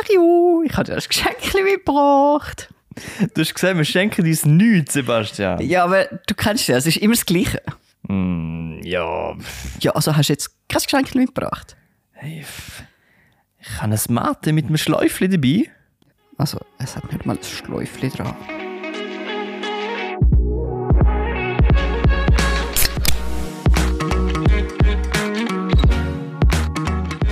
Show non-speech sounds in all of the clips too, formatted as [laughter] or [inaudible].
Mario, ich habe dir das Geschenk mitgebracht. Du hast gesehen, wir schenken uns nichts, Sebastian. Ja, aber du kennst ja, es ist immer das Gleiche. Mm, ja, Ja, also hast du jetzt kein Geschenk mitgebracht. hey, f- ich habe ein Mate mit einem Schläufchen dabei. Also, es hat nicht mal ein Schläufchen dran.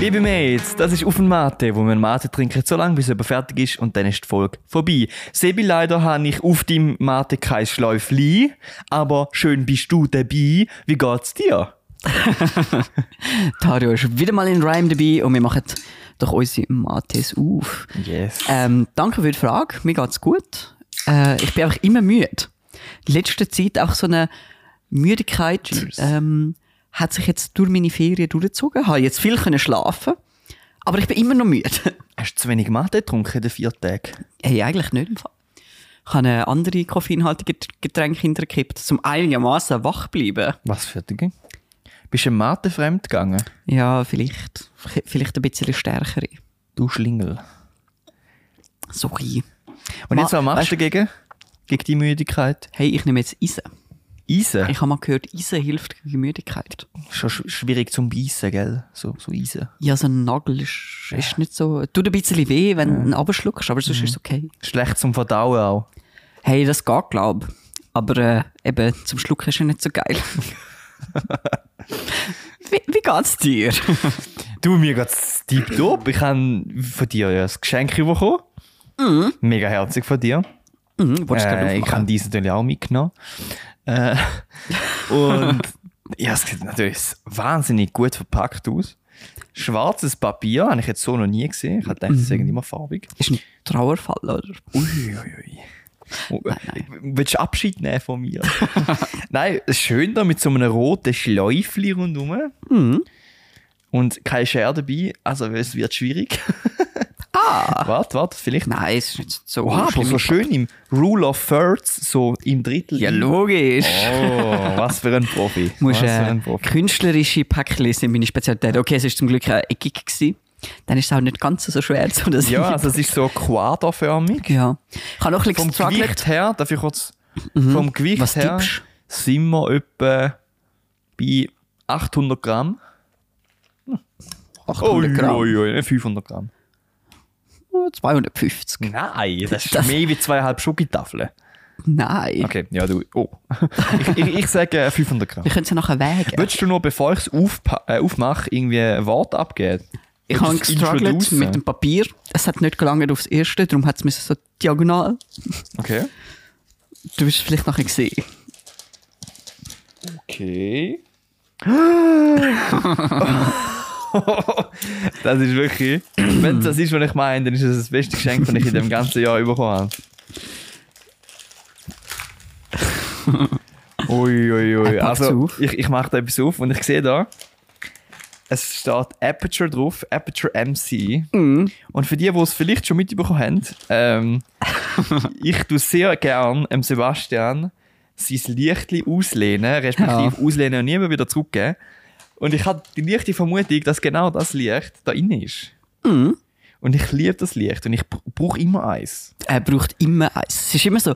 Liebe Mates, das ist auf den Mate, wo wir Mate trinken, so lange bis er fertig ist und dann ist die Folge vorbei. Sebi, leider habe ich auf dem Mate kein Schläufli, aber schön bist du dabei. Wie geht's dir? Dario ist wieder mal in Rhyme dabei und wir machen doch unsere Mates auf. Yes. Ähm, danke für die Frage, mir geht's gut. Äh, ich bin einfach immer müde. In letzter Zeit auch so eine Müdigkeit Cheers. ähm, hat sich jetzt durch meine Ferien durchgezogen. Habe jetzt viel können schlafen, aber ich bin immer noch müde. Hast du zu wenig Mate getrunken in den vier Tagen? Hey, eigentlich nicht im Fall. Ich habe äh, andere koffeinhaltige Get- Getränke hintergekippt, zum einigermaßen wach bleiben. Was für Dinge? Bist du im Mate fremdgegangen? Ja, vielleicht. Vielleicht ein bisschen stärkere. Du Schlingel. So ein. Und jetzt, Ma- was machst du dagegen? Gegen die Müdigkeit? Hey, ich nehme jetzt Eisen. Eisen? Ich habe mal gehört, Eisen hilft gegen Müdigkeit. Schon sch- schwierig zum Beißen, gell? So, so Eisen. Ja, so ein Nagel ist, ist nicht so. Tut ein bisschen weh, wenn du ihn abschluckst, aber sonst ist es okay. Schlecht zum Verdauen auch. Hey, das geht, glaube ich. Aber äh, eben, zum Schlucken ist er nicht so geil. [laughs] wie, wie geht's dir? Du, mir geht's tipptopp. Ich habe von dir ja ein Geschenk bekommen. Mega herzig von dir. Mhm, wolltest du Äh, gerade ich habe aufmachen? dies natürlich auch mitgenommen. Äh, und ja, es sieht natürlich wahnsinnig gut verpackt aus. Schwarzes Papier habe ich jetzt so noch nie gesehen. Ich habe gedacht, es ist irgendwie immer farbig. Ist ein Trauerfall, oder? Uiuiui. Oh, Willst du Abschied nehmen von mir? [laughs] Nein, schön da mit so einem roten Schläufli rundherum. Mhm. Und keine Schere dabei, also es [laughs] wird schwierig. ah! Warte, warte, vielleicht. Nein, es ist nicht so. Oha, aber schlimm. so schön im Rule of Thirds, so im Drittel. ja, logisch. Oh, was für ein Profi. was musst, für äh, ein Profi. künstlerische Päckchen sind meine Spezialität. Okay, es war zum Glück äh, eckig. Gewesen. Dann ist es auch nicht ganz so schwer zu das Ja, also es ist so quaderförmig. ja. Ich habe noch ein bisschen Vom gestruggelt. Gewicht her, darf ich kurz, vom Gewicht Mhm. Was her tippst sind wir etwa bei 800 Gramm. 800 Oh, Gramm. Ui, ui, ui, 500 Gramm. Oh, 250. Nein, [laughs] das ist Das- mehr wie zweieinhalb Schokotafeln. Nein. Okay, ja du, oh. [laughs] ich, ich, ich sage äh, 500 Gramm. Wir können es ja nachher wägen. Würdest du noch, bevor ich es aufpa- äh, aufmache, irgendwie ein Wort abgeben? ich Würdest habe du es gestruggelt introducen? mit dem Papier. Es hat nicht gelangt aufs erste, darum hat es müssen so diagonal. Okay. Du wirst es vielleicht nachher sehen. Okay. [laughs] das ist wirklich. Wenn es das ist, was ich meine, dann ist es das beste Geschenk, das ich in dem ganzen Jahr bekommen habe. Uiuiui. Ui, ui. Er packt's Also, auf. ich, ich mache da etwas auf und ich sehe da, es steht Aperture drauf, Aperture MC. Und für die, die es vielleicht schon mitbekommen haben, ähm, [laughs] ich tue sehr gern ähm Sebastian sein Lichtli auslehnen, respektive auslehnen und nie mehr wieder zurückgeben. Und ich habe die leichte Vermutung, dass genau das Licht da drin ist. Mhm. Und ich liebe das Licht und ich brauche immer eins. Er braucht immer eins. Es ist immer so,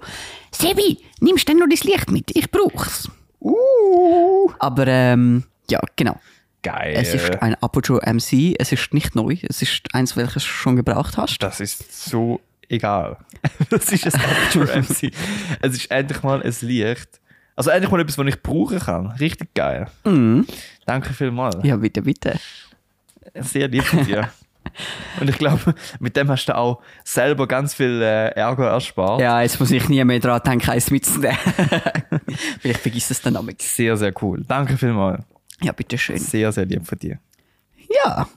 Sebi, nimmst du denn noch dein Licht mit? Ich brauch's. Uh, Aber ähm, ja, genau. geil. Es ist ein Aperture MC, es ist nicht neu, es ist eins, welches du schon gebraucht hast. das ist so egal. [laughs] das ist [laughs] ein Aperture MC. Es ist endlich mal ein Licht. Also endlich mal etwas, was ich brauchen kann. Richtig geil. Mhm. Danke vielmals. Ja, bitte, bitte. sehr lieb von [laughs] dir. Und ich glaube, mit dem hast du auch selber ganz viel äh, Ärger erspart. Ja, jetzt muss ich nie mehr dran denken, eins mitzunehmen. [laughs] Vielleicht vergiss es dann auch mal. Sehr, sehr cool. Danke vielmals. Ja, bitteschön. Sehr, sehr lieb von dir. Ja.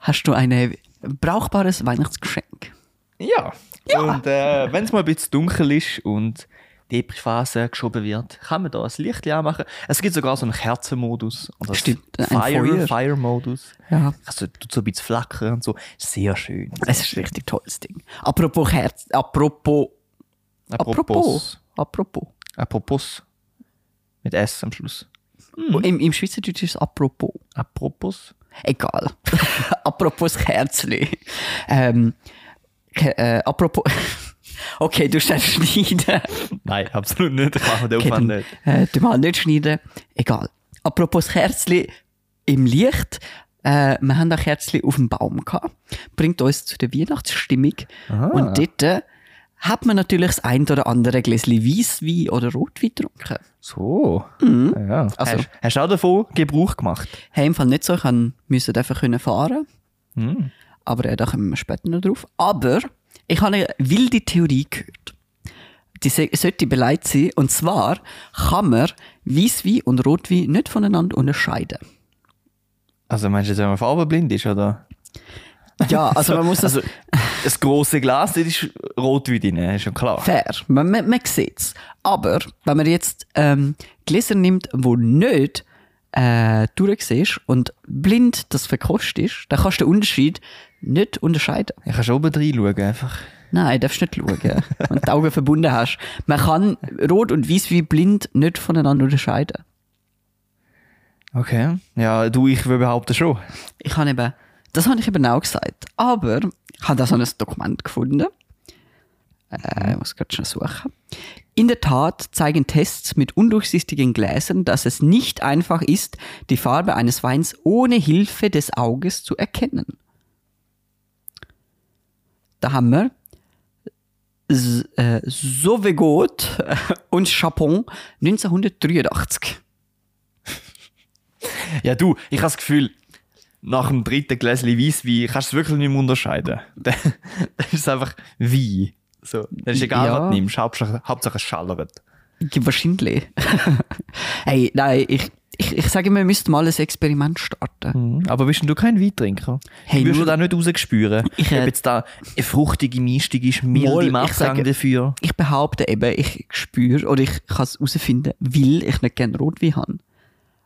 Hast du ein äh, brauchbares Weihnachtsgeschenk? Ja. Und äh, wenn es mal ein bisschen dunkel ist und die Phase geschoben wird, kann man da ein Licht anmachen. Es gibt sogar so einen Kerzenmodus. Und das Stimmt, ein Fire, Feuer. Fire-Modus. Ja. Also tut so ein bisschen flackern und so. Sehr schön. Es ist ein richtig tolles Ding. Apropos Herz. Apropos. Apropos. Apropos. Apropos. Mit S am Schluss. Im, Im Schweizerdeutsch ist es apropos. Apropos. Egal. [laughs] apropos Kerzli. Ähm, ke- äh, apropos. [laughs] okay, du schnell [laughs] schneiden. Nein, absolut nicht. Ich mache den Okay, Aufwand dann, nicht. äh, du mal nicht schneiden. Egal. Apropos Kerzli im Licht. Äh, wir haben ein Kerzli auf dem Baum gehabt. Bringt uns zu der Weihnachtsstimmung. Und dort äh, hat man natürlich das ein oder andere Gläschen Weisswein oder Rotwein getrunken. So. Ja. Also- hast, hast du auch davon Gebrauch gemacht? Hey, im Fall nicht so, ich kann- müssen einfach können fahren. Hm. Aber äh, da kommen wir später noch drauf. Aber ich habe eine wilde Theorie gehört. Die se- sollte beleidigt sein. Und zwar kann man Weisswein und Rotwein nicht voneinander unterscheiden. Also meinst du, jetzt, wenn man farbenblind ist, oder? Ja, also man muss das Also, ein grosses Glas, das ist rot wie drin, ist schon klar. fair. Man, man, man sieht es. Aber wenn man jetzt ähm, Gläser nimmt, wo nicht äh, durchsiehst und blind das verkostest, dann kannst du den Unterschied nicht unterscheiden. Ich kann schon oben reinschauen, einfach. Nein, darfst nicht schauen, wenn du die Augen verbunden hast. Man kann Rot und Weiß wie blind nicht voneinander unterscheiden. Okay. Ja, du, ich würde behaupten schon. Ich habe eben, das habe ich eben auch gesagt, aber ich habe da so ein Dokument gefunden. Äh, ich muss gerade schnell suchen. In der Tat zeigen Tests mit undurchsichtigen Gläsern, dass es nicht einfach ist, die Farbe eines Weins ohne Hilfe des Auges zu erkennen. Da haben wir S- äh, Sauvegot [laughs] und Chapon 1983. Ja, du, ich habe das Gefühl, nach dem dritten Gläschen Weisswein kannst du es wirklich nicht mehr unterscheiden. [laughs] Dann dann ist es einfach Wein. So. Dann ist egal, Ja. was du nimmst. Hauptsache, Hauptsache es schallert. Ja, Wahrscheinlich. [laughs] hey, nein, ich, ich, ich sage, wir müssten mal ein Experiment starten. Aber bist denn du kein Weintrinker? Hey, du wirst nur- da nicht rausgespüren. Ich, Ich, äh, Ob jetzt da eine fruchtige Mischung ist, milde Mal, im ich Abgang sage- dafür. Ich behaupte eben, ich spüre oder ich kann es herausfinden, weil ich nicht gerne Rotwein habe.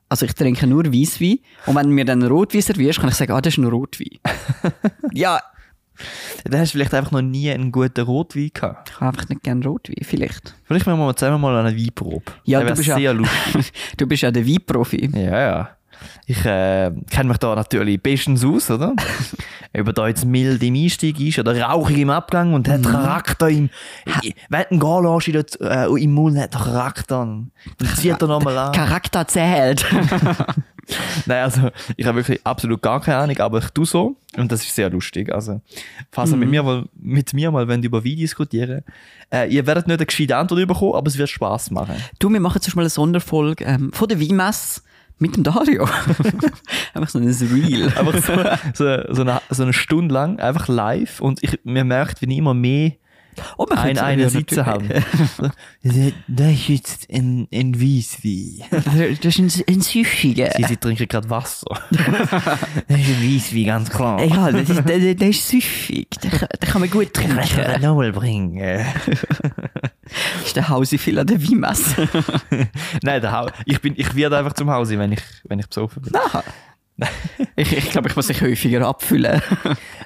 Also ich trinke nur Weißwein und wenn du mir dann Rotwein servierst, kann ich sagen, ah, das ist ein Rotwein. ja, Dann hast du vielleicht einfach noch nie einen guten Rotwein gehabt. ich habe einfach nicht gerne Rotwein, vielleicht. Vielleicht machen wir mal zusammen mal eine Weinprobe. Ja, Dann du wär's bist ja- sehr lustig. [laughs] du bist ja der Weinprofi. Ja, ja. Ich äh, kenne mich da natürlich bestens aus, [laughs] oder? Ob da jetzt mild im Einstieg ist oder rauchig im Abgang und hat Charakter im. i- Wenn du ihn gehen lässt, in der- äh, im Mund hat er Charakter. Dann zieht er nochmal an. Charakter zählt. Nein, also ich habe wirklich absolut gar keine Ahnung, aber ich tue so und das ist sehr lustig. Also, falls ihr mit mir mal, mit mir mal wollt über Wein diskutieren äh, ihr werdet nicht eine gescheite Antwort bekommen, aber es wird Spaß machen. Du, wir machen zuerst mal eine Sonderfolge ähm, von der Weinmesse mit dem Dario. [laughs] einfach so ein Reel. Einfach so, so, so, eine, so eine Stunde lang, einfach live und ich, mir merkt, wenn ich immer mehr Oh, wir ein, können's eine natürlich- Sitze haben. [laughs] da ist jetzt ein, ein Weisswein. [laughs] Das ist ein, ein Süffiger. Sie, sie trinken gerade Wasser. das ist ein Weisswein, ganz klar. Ich Ja, das ist, der, der, der ist süffig. Den, kann- den kann man gut kann trinken. den nochmal bringen. Das ist der Hausi viel an der [laughs] Weinmesse. Nein, der Hau- ich, bin, ich werde einfach zum Hause, wenn ich, wenn ich besoffen bin. Aha. Ich, ich glaube, ich muss mich häufiger [laughs] abfüllen.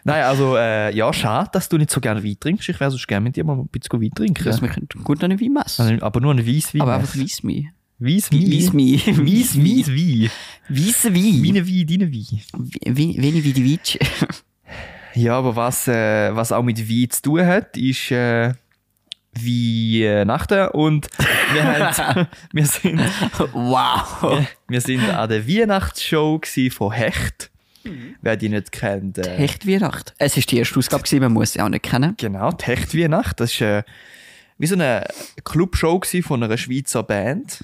Nein, also, äh, ja, schade, dass du nicht so gerne Wein trinkst. Ich wäre sonst gerne mit dir mal ein bisschen Wein trinken. Also, wir können gut an eine Weinmesse. Also, aber nur ein Weisswein. Aber einfach Weissmi. Weisswein. Weissmi. Weisswein. Weisswein. Weisswein. Meine Wein, deine Wein. Wenig wie die Weitsche. Ja, aber was, äh, was auch mit Wein zu tun hat, ist äh, Weihnachten. Und wir, [laughs] haben, wir, sind, [laughs] Wow. wir sind an der Weihnachtsshow gsi von Hecht. Wer die nicht kennt. Äh, Echt Weihnacht. Es war die erste Ausgabe, gewesen, man muss sie auch nicht kennen. genau, die Hecht-Weihnacht. Das ist äh, wie so eine Clubshow gsi von einer Schweizer Band,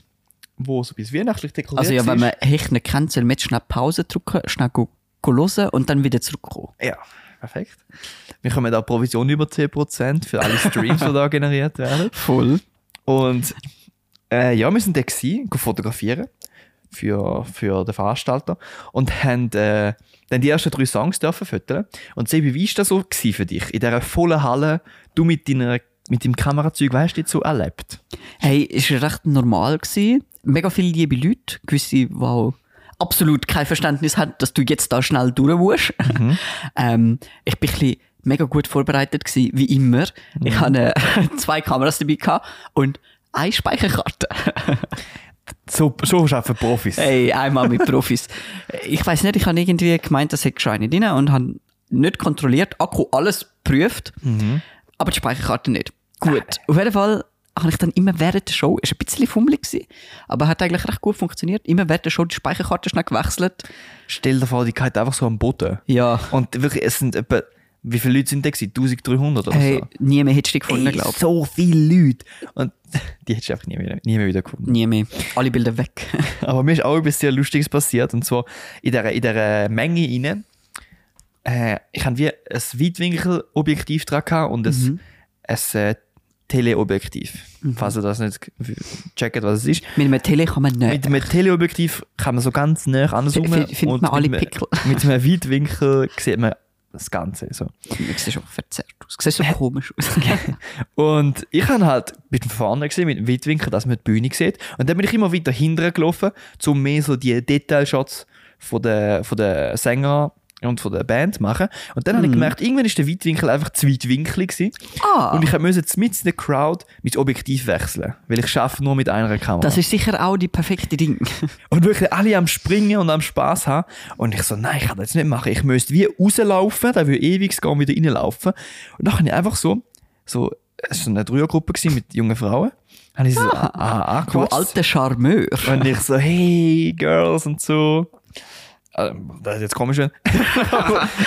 wo so bis weihnachtlich dekoriert Also, ja, war. wenn man Hecht nicht kennt, soll man jetzt schnell Pause drücken, schnell go, go hören und dann wieder zurückkommen. Ja, perfekt. Wir kommen da Provision über 10% für alle [laughs] Streams, die da generiert werden. Voll. Und äh, ja, wir sind da gewesen, go fotografieren für, für den Veranstalter und haben äh, dann die ersten drei Songs dürfen füttern. Und Sebi, wie war das so gewesen für dich? In dieser vollen Halle, du mit, deiner, mit deinem Kamerazeug, weißt du, so erlebt? Hey, es war recht normal. Gewesen. Mega viele liebe Leute, gewisse, die auch absolut kein Verständnis haben, dass du jetzt da schnell durch musst. [laughs] ähm, ich bin ein bisschen mega gut vorbereitet, gewesen, wie immer. Ich [laughs] hatte äh, zwei Kameras dabei gehabt und eine Speicherkarte. So, so arbeiten Profis. Hey, einmal [laughs] mit Profis. Ich weiß nicht, ich habe irgendwie gemeint, das hätte schon nicht rein und habe nicht kontrolliert, Akku alles geprüft, Mhm. aber die Speicherkarte nicht. Gut, auf jeden Fall habe ich dann immer während der Show, ist ein bisschen fummelig gewesen, aber hat eigentlich recht gut funktioniert, immer während der Show die Speicherkarte schnell gewechselt. Stell dir vor, die geht einfach so am Boden. Ja. Und wirklich, es sind etwa, wie viele Leute sind da gewesen? 1300 oder Hey, so? nie mehr hättest du die gefunden, glaube ich. so viele Leute. Und [laughs] die hättest du einfach nie mehr, nie mehr [laughs] wieder gefunden. Nie mehr. Alle Bilder [laughs] weg. Aber mir ist auch etwas sehr Lustiges passiert. Und zwar in dieser, in dieser Menge rein. Äh, ich habe wie ein Weitwinkelobjektiv dran gehabt und ein, Mhm. ein äh, Teleobjektiv. Falls ihr das nicht checkt, was es ist. mit einem Tele kann man nicht. Mit einem Teleobjektiv kann man so ganz nah anzoomen. F- findet und man alle mit einem- [laughs] Pickel. Mit einem Weitwinkel sieht man das Ganze. So. Du siehst auch verzerrt aus. Du siehst so komisch [laughs] aus. Und ich habe halt mit dem vorne gesehen, mit dem Weitwinkel, dass man die Bühne sieht. Und dann bin ich immer weiter hinterher gelaufen, um mehr so die Detailshots von der, von der Sänger und von der Band zu machen. Und dann habe ich gemerkt, irgendwann ist der Weitwinkel einfach zu weitwinklig gewesen. Ah. Und ich musste mit in der Crowd mit Objektiv wechseln, weil ich schaffe nur mit einer Kamera. Das ist sicher auch die perfekte Ding. Und wirklich alle am Springen und am Spaß haben. Und ich so, nein, ich kann das jetzt nicht machen. Ich müsste wie rauslaufen, da würde ewig gehen, wieder reinlaufen. Und dann habe ich einfach so, so, es war eine Dreiergruppe gewesen mit jungen Frauen. Habe ich so ah, ah, Du angequatscht. alter Charmeur. Und ich so, hey, Girls und so. Ähm, Das ist jetzt [laughs] komisch. wenn-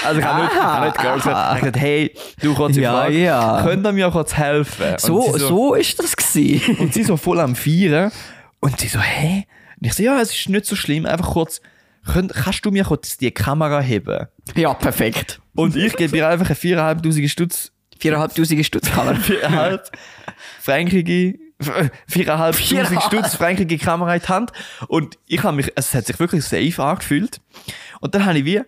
also ich habe nicht, ich habe nicht Girls gesagt. Ich habe gesagt, hey, du kurze Ja, Frage, ja. könnt ihr mir kurz helfen? Und So, sie so ist das gewesen. und sie so voll am Feiern. Und sie so, hä? Und ich so, ja, es ist nicht so schlimm, einfach kurz, könnt, kannst du mir kurz die Kamera heben? [laughs] Ja, perfekt. Und ich gebe ihr einfach eine 4.500 Stutz, 4.500 Stutz [laughs] Kamera. 4.500 fränkige, 4.500 Stutz fränkige Kamera in die Hand. Und ich habe mich, es hat sich wirklich safe angefühlt. Und dann habe ich wie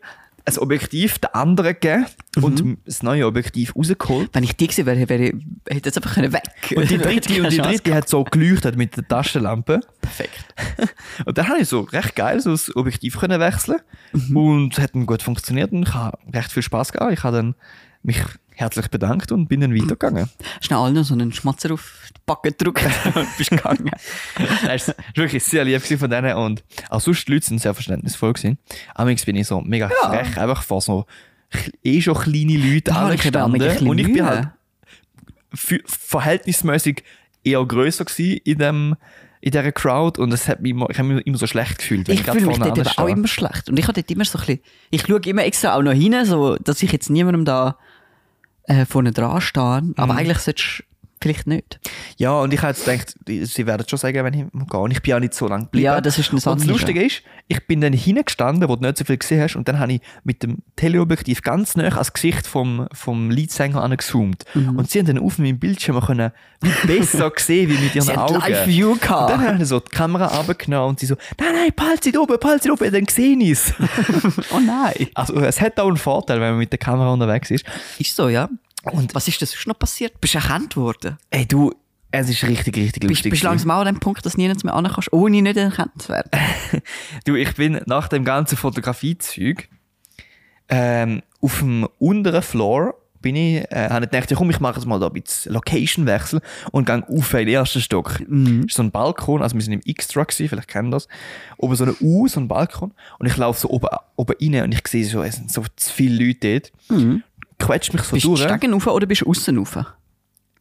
ein Objektiv den anderen gegeben und das neue Objektiv rausgeholt. Wenn ich die gewesen wäre, wäre ich, hätte jetzt einfach können weg. Und [laughs] die dritte, und Keine die Chance. dritte hat so geleuchtet mit der Taschenlampe. Perfekt. Und dann habe ich so recht geil so das Objektiv können wechseln Mhm. und es hat dann gut funktioniert und ich habe recht viel Spaß gehabt. Ich habe dann mich herzlich bedankt und bin dann [laughs] weitergegangen. Schnell allen noch so einen Schmatzer auf die Backe gedrückt [laughs] und bist gegangen. das war wirklich sehr lieb gewesen von denen und auch sonst die Leute sind sehr verständnisvoll gewesen. Amigs bin ich so mega frech, einfach vor so ch- eh schon kleine Leute Da habe ich eben auch mega angestanden kleine und ich bin Mühe. halt für, verhältnismäßig eher grösser gewesen in dem in dieser Crowd und es hat mich immer, ich habe mich immer so schlecht gefühlt. wenn Ich gerade fühle mich vorne dort aber auch anstehe. immer schlecht. Und ich habe dort immer so ein bisschen, ich schaue immer extra auch noch hin, so, dass ich jetzt niemandem da äh, vorne dran stehe. Aber eigentlich solltest du vielleicht nicht. Ja, und ich habe jetzt gedacht, sie werden schon sagen, wenn ich gehe. Und ich bin auch nicht so lange geblieben. Ja, das ist ein Und das anderes. Lustige ist, ich bin dann hingestanden, wo du nicht so viel gesehen hast, und dann habe ich mit dem Teleobjektiv ganz nah ans Gesicht vom, vom Leadsänger angezoomt. Mhm. Und sie haben dann auf meinem Bildschirm können wie besser [laughs] gesehen, wie mit ihren Sie haben Augen. Live-View und gehabt. dann habe ich so die Kamera runtergenommen und sie so, nein, nein, behalt sie oben, behalt sie oben, dann sehe [laughs] ich es. [laughs] Oh nein. Also es hat auch einen Vorteil, wenn man mit der Kamera unterwegs ist. Ist so, ja. Und was ist das sonst noch passiert? Bist du erkannt worden? Ey du, es ist richtig, richtig Bist, lustig. bist du gewesen. langsam auch an dem Punkt, dass du niemand mehr ran kannst, ohne nicht erkannt zu werden? Du, ich bin nach dem ganzen Fotografiezeug ähm, auf dem unteren Floor bin ich, äh, habe ich gedacht, ja, komm, ich mache jetzt mal da ein bisschen Location-Wechsel und gehe auf in den ersten Stock. Mhm. Das ist so ein Balkon, also wir sind im X-Truck, vielleicht kennt ihr das. Oben so eine U, so ein Balkon. Und ich laufe so oben, oben rein und ich sehe so, es sind so zu viele Leute dort. Quetscht mich so Mhm. Bist du durch. steigen rauf oder bist du außen rauf?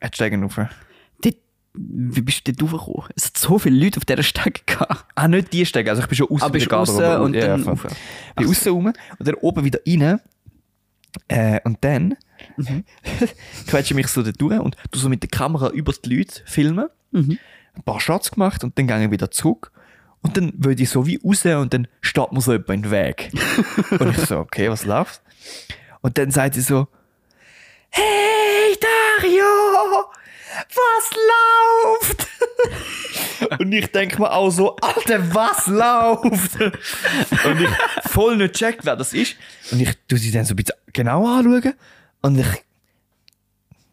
Äh, steigen rauf. Dort- Wie bist du dort raufgekommen? Es hat so viele Leute auf dieser Steige gehabt. Ah, nicht die Stege, also ich bin schon außen Ah, bist aussen und dann voll. rauf. Bin außen rum und dann oben wieder rein. Äh, und dann Mhm. [laughs] quetsche ich mich so da durch und du so mit der Kamera über die Leute filmen. Mhm. Ein paar Shots gemacht und dann gehe ich wieder zurück. Und dann würde ich so wie raus und dann steht mir so jemand in [laughs] den Weg. und ich so, okay, was läuft? Und dann sagt sie so, Hey Dario, was läuft? [laughs] Und ich denke mir auch so, Alter, was läuft? Und ich voll nicht checkt, wer das ist. Und ich tu sie dann so ein bisschen genau anschauen. Und ich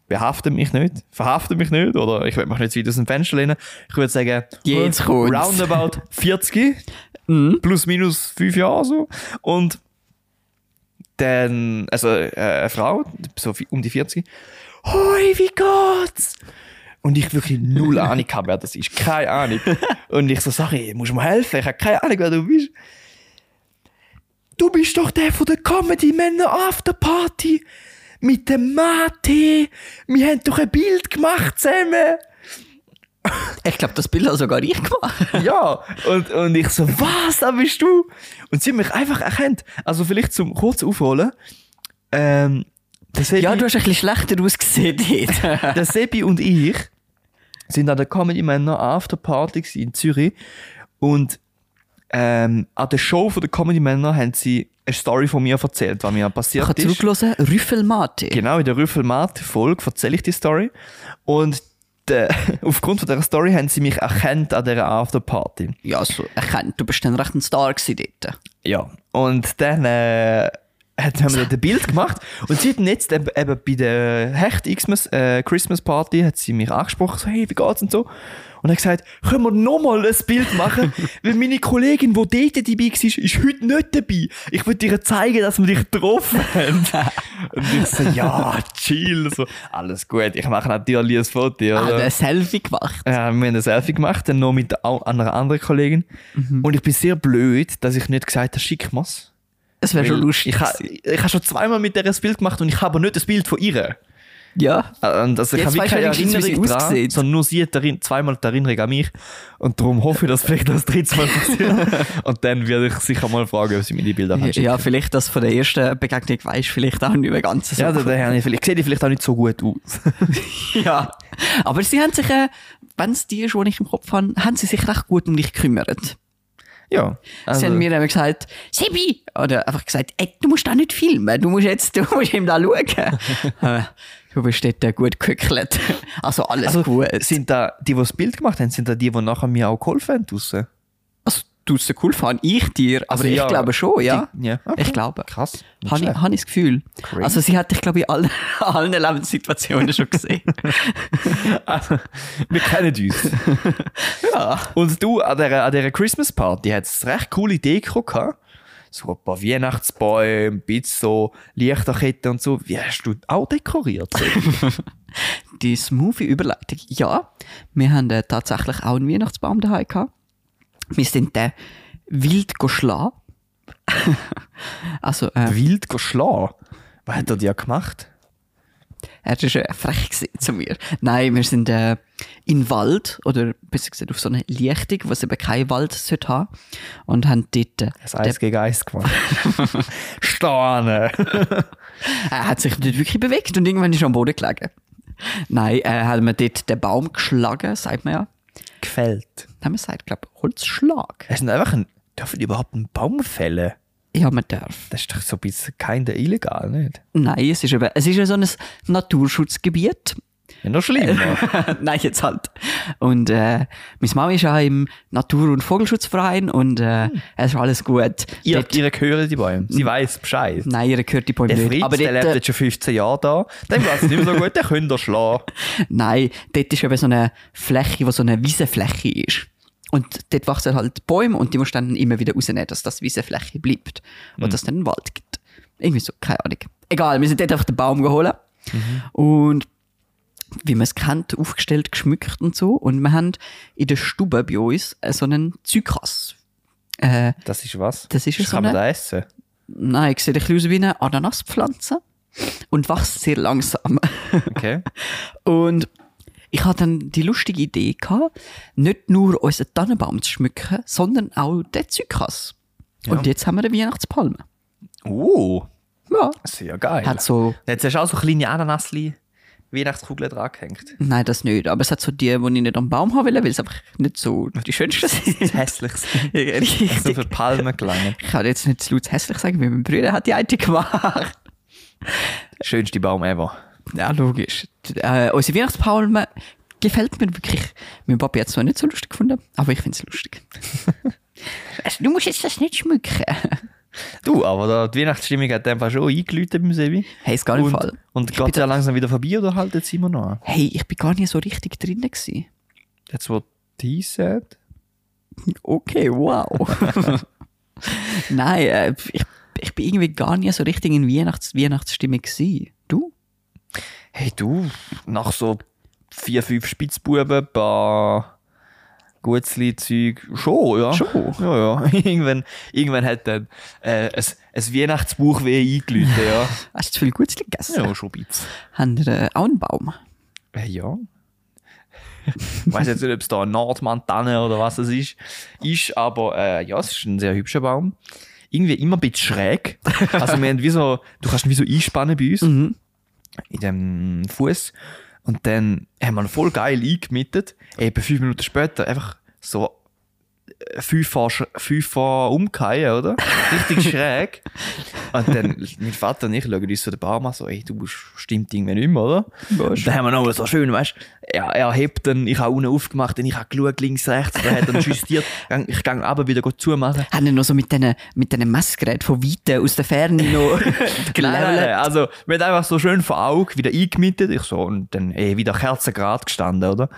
behafte mich nicht, verhafte mich nicht, oder ich will mich nicht zu weit aus dem Fenster lehnen. Ich würde sagen, Jetzt kommt's. roundabout 40, Mhm. plus minus 5 Jahre so. Und dann, also äh, eine Frau, so vi- um die 40, Hoi, wie geht's? Und ich wirklich null Ahnung habe, wer das ist. Keine Ahnung. Und ich so, sorry, musst du mir helfen? Ich habe keine Ahnung, wer du bist. Du bist doch der von der Comedy Männer After Party mit dem Mate. Wir haben doch ein Bild gemacht zusammen. Ich glaube, das Bild habe sogar ich [laughs] gemacht. [laughs] Ja, und, und ich so, was, da bist du? Und sie haben mich einfach erkannt. Also vielleicht zum kurz aufholen. Ähm, der Sebi, Ja, du hast ein bisschen schlechter ausgesehen [laughs] dort. der Sebi und ich sind an der Comedy Männer After Party gewesen in Zürich. Und ähm, an der Show von der Comedy Männer haben sie eine Story von mir erzählt, was mir Ich passiert habe ist. zurückgelassen, Rüffelmate. Genau, in der Rüffelmat-Folge erzähle ich die Story. Und de, [laughs] aufgrund von dieser Story haben sie mich erkannt an dieser Afterparty. Ja, so erkannt. Du bist dann recht ein Star gewesen dort. Ja. Und dann äh, hat, haben wir dort ein Bild gemacht. Und sie hat jetzt eben, eben bei der Hecht Xmas, äh, Christmas Party hat sie mich angesprochen, so, hey, wie geht's und so. Und hat gesagt, können wir nochmal ein Bild [laughs] machen? Weil meine Kollegin, die dort dabei war, ist heute nicht dabei. Ich würde dir zeigen, dass wir dich getroffen haben. [laughs] und ich so, ja, chill. So, Ah, alles gut, ich mache natürlich ein Foto. Oder? Hat ein Selfie gemacht. Ja, Äh, wir haben ein Selfie gemacht, dann noch mit au- einer anderen Kollegin. Mhm. Und ich bin sehr blöd, dass ich nicht gesagt habe, schick mir's. Es wäre schon Weil lustig. Ich, ha, ich habe schon zweimal mit der ein Bild gemacht und ich habe aber nicht das Bild von ihr. ja. Äh, Und also ich Jetzt habe weisst du keine wenigstens, wie sie Erinnerung dran, aussieht. sondern nur sie hat darin, zweimal die Erinnerung an mich. Und darum hoffe ich, dass vielleicht das dritte [laughs] Mal passiert. und dann werde ich sicher mal fragen, ob sie mir die Bilder haben. Ja, vielleicht das von der ersten Begegnung weißt du vielleicht auch nicht mehr ganz so. Ja, dann, dann habe ich vielleicht, sehe die vielleicht auch nicht so gut aus. [laughs] ja. Aber sie haben sich, äh, wenn es die ist, die ich im Kopf habe, haben sie sich recht gut um dich gekümmert. ja. Sie haben mir dann gesagt, Sebi! Oder einfach gesagt, ey, du musst da nicht filmen, du musst jetzt, [laughs] du musst ihm da schauen. [laughs] Äh, du bist dort äh, gut gehöckelt. [laughs] Also alles also, gut. sind da die, die das Bild gemacht haben, sind da die, die nachher mir auch geholfen haben draussen? Also, du hast es cool fand ich dir, aber Also, ich ja, glaube schon, ja. Die, ja. okay. Ich glaube. Krass. nicht Habe ich, schlecht. hab ich das Gefühl. Crazy. Also sie hat dich, glaube ich, in allen, [laughs] allen Lebenssituationen schon [laughs] gesehen. Wir kennen uns. ja. Und du, an dieser, an dieser Christmas Party hattest eine recht coole Deko gehabt. So ein paar Weihnachtsbäume, ein bisschen so Lichterketten und so. Wie hast du auch dekoriert? Die Smoothie-Überleitung. Ja, wir haben äh, tatsächlich auch einen Weihnachtsbaum daheim gehabt. Wir sind den wild geschlagen. [laughs] also, äh, Wild geschlagen. Was hat er dir gemacht? er war äh, frech gewesen zu mir. Nein, wir sind äh, in den Wald oder besser gesagt auf so eine Lichtung, wo es eben keinen Wald sollte haben. Und haben dort. Äh, Das Eis gegen Eis gemacht. Sterne. Er hat sich nicht wirklich bewegt und irgendwann ist er am Boden gelegen. Nein, äh, haben wir dort den Baum geschlagen, sagt man ja. Gefällt. Haben wir gesagt, glaube Holzschlag. Es ist einfach ein. Dürfen die überhaupt einen Baum fällen? Ja, man darf. Das ist doch so ein bisschen kein der illegal, nicht? Nein, es ist eben, es ist ja so ein Naturschutzgebiet. Ja, noch Äh, schlimmer. [laughs] Nein, jetzt halt. Und äh, meine Mama ist auch im Natur- und Vogelschutzverein und äh, es ist alles gut. Hm. ihr, Dort- ihr gehört die Bäume. Sie weiß Bescheid. nein, ihr gehört die Bäume Der nicht. Fritz, Aber der dort, lebt äh, jetzt schon 15 Jahre da. Dem geht es nicht mehr so gut, den könnt ihr schlagen. Nein, dort ist eben so eine Fläche, die so eine Wiesenfläche ist. Und dort wachsen halt Bäume und die musst du dann immer wieder rausnehmen, dass das Wiesenfläche bleibt. Und dass es dann einen Wald gibt. Irgendwie so, keine Ahnung. Egal, wir sind dort einfach den Baum geholt. Und wie man es kennt, aufgestellt, geschmückt und so. Und wir haben in der Stube bei uns äh, so einen Zykass. Äh, Das ist was? Das ist so Kann man eine- da essen? nein, sieht ein bisschen aus wie eine Ananaspflanze und wächst sehr langsam. Okay. Und ich hatte dann die lustige Idee, gehabt, nicht nur unseren Tannenbaum zu schmücken, sondern auch den Zykas. Und jetzt haben wir eine Weihnachtspalme. Uh, Ja. sehr geil. Hat so, Jetzt hast du auch so kleine Ananasli Weihnachtskugeln dran gehängt. nein, das nicht, aber es hat so die, die ich nicht am Baum haben will, weil es einfach nicht so die schönsten sind. Hässliches. So [laughs] Richtig. für Palmen gelangen. Ich kann jetzt nicht zu laut hässlich sagen, weil mein Bruder hat die eine gemacht. Schönste Baum ever. Ja, logisch. Die- Äh, unsere Weihnachtspalme gefällt mir wirklich. Mein Papi hat es zwar nicht so lustig gefunden, aber ich finde es lustig. also, du musst jetzt das nicht schmücken. Du, aber da, die Weihnachtsstimmung hat einfach schon eingeläutet beim Sebi. Hey, ist gar nicht Und, Fall. und geht ja langsam wieder vorbei oder haltet jetzt immer noch an? Hey, ich bin gar nicht so richtig drin gewesen. Jetzt, wo die sagt. Okay, wow. [laughs] Nein, äh, ich, ich bin irgendwie gar nicht so richtig in Weihnachts Weihnachtsstimmung gewesen. Du? Hey, du, nach so vier, fünf Spitzbuben, ein paar Gutzli-Zeug. Schon, ja. Schon? Ja, [laughs] ja. irgendwann, irgendwann hat dann äh, ein, ein Weihnachtsbuch wie eingeläutet, ja. Hast du zu viel Gutes gegessen? [laughs] ja, schon ein bisschen. Haben wir äh, auch einen Baum? Äh, ja. ich weiß jetzt nicht, ob es da eine Nordmantanne oder was es ist, ist aber äh, ja, es ist ein sehr hübscher Baum. Irgendwie immer ein bisschen schräg. Also wir haben wie so, du kannst ihn wie so einspannen bei uns in dem Fuß. Und dann haben wir ihn voll geil eingemittet. Eben fünf Minuten später einfach so fünffahr, sch- fünffahr umgefallen, oder? Richtig schräg. Und dann, mein Vater und ich schauen uns so den Baum an, so, ey, du bist- stimmt irgendwie nicht mehr, oder? Und dann haben wir noch so schön, weißt du, er, er hebt dann, ich habe unten aufgemacht, dann ich habe geschaut, links, rechts, dann hat er dann justiert, Gang- ich gehe runter, wieder gut zumachen. Haben die noch so mit diesen mit diesen Messgeräten von Weitem aus der Ferne noch [laughs] Genau. [laughs] Nein, nein, gelevelt? nein. Also, wir haben einfach so schön vor Augen wieder eingemittet. Ich so, und dann eh wieder kerzengerad gestanden, oder?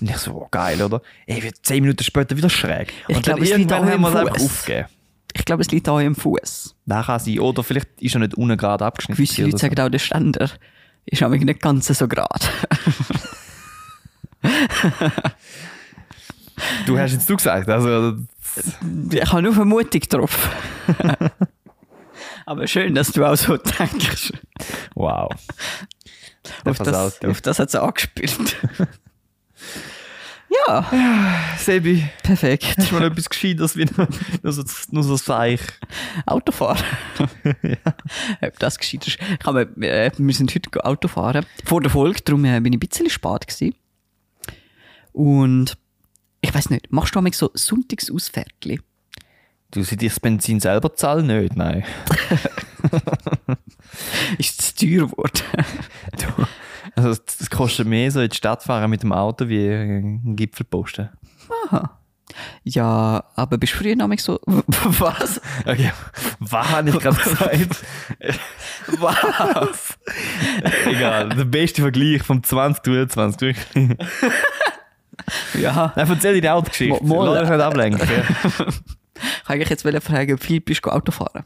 Und ich so, oh, geil, oder? Ey, wir zehn Minuten später wieder schräg. Ich Und glaub, dann es liegt irgendwann auch haben wir es am einfach Fuss. aufgegeben. Ich glaube, es liegt auch im Fuß. Das kann sein. Oder vielleicht ist er nicht unten gerade abgeschnitten. Gewisse oder Leute sagen auch, der Ständer ist aber nicht ganz so gerade. so. Du hast jetzt du gesagt. Also, [laughs] Ich habe nur Vermutung [laughs] drauf. aber schön, dass du auch so denkst. wow. [laughs] Auf das, auf das hat es angespielt. [laughs] ja, Ah, Sebi, perfekt. [laughs] hast du mal etwas Gescheites wie nur, nur so, nur so Seich? [laughs] Autofahren. Ob das gescheit ist. Ich habe, äh, wir sind heute go- Autofahren. Vor der Folge, darum äh, bin ich ein bisschen spät. Gewesen. Und ich weiß nicht, machst du manchmal so Sonntagsausfährtli? Du, sie dich das Benzin selber zahlen? Nicht, nein. Ist es teuer geworden? [laughs] Du, also es- es kostet mehr, so in die Stadt fahren mit dem Auto, wie ein Gipfelposten. ja, aber bist du früher noch manchmal so, [laughs] was? Okay, was habe ich [laughs] gerade gesagt? was? Egal, der beste Vergleich vom 2023. wirklich. Ja. [laughs] Nein, erzähl deine Autogeschichte. Mo- mo- Lass dich nicht ablenken. ja. Ich wollte jetzt fragen, ob viel bist du Autofahren?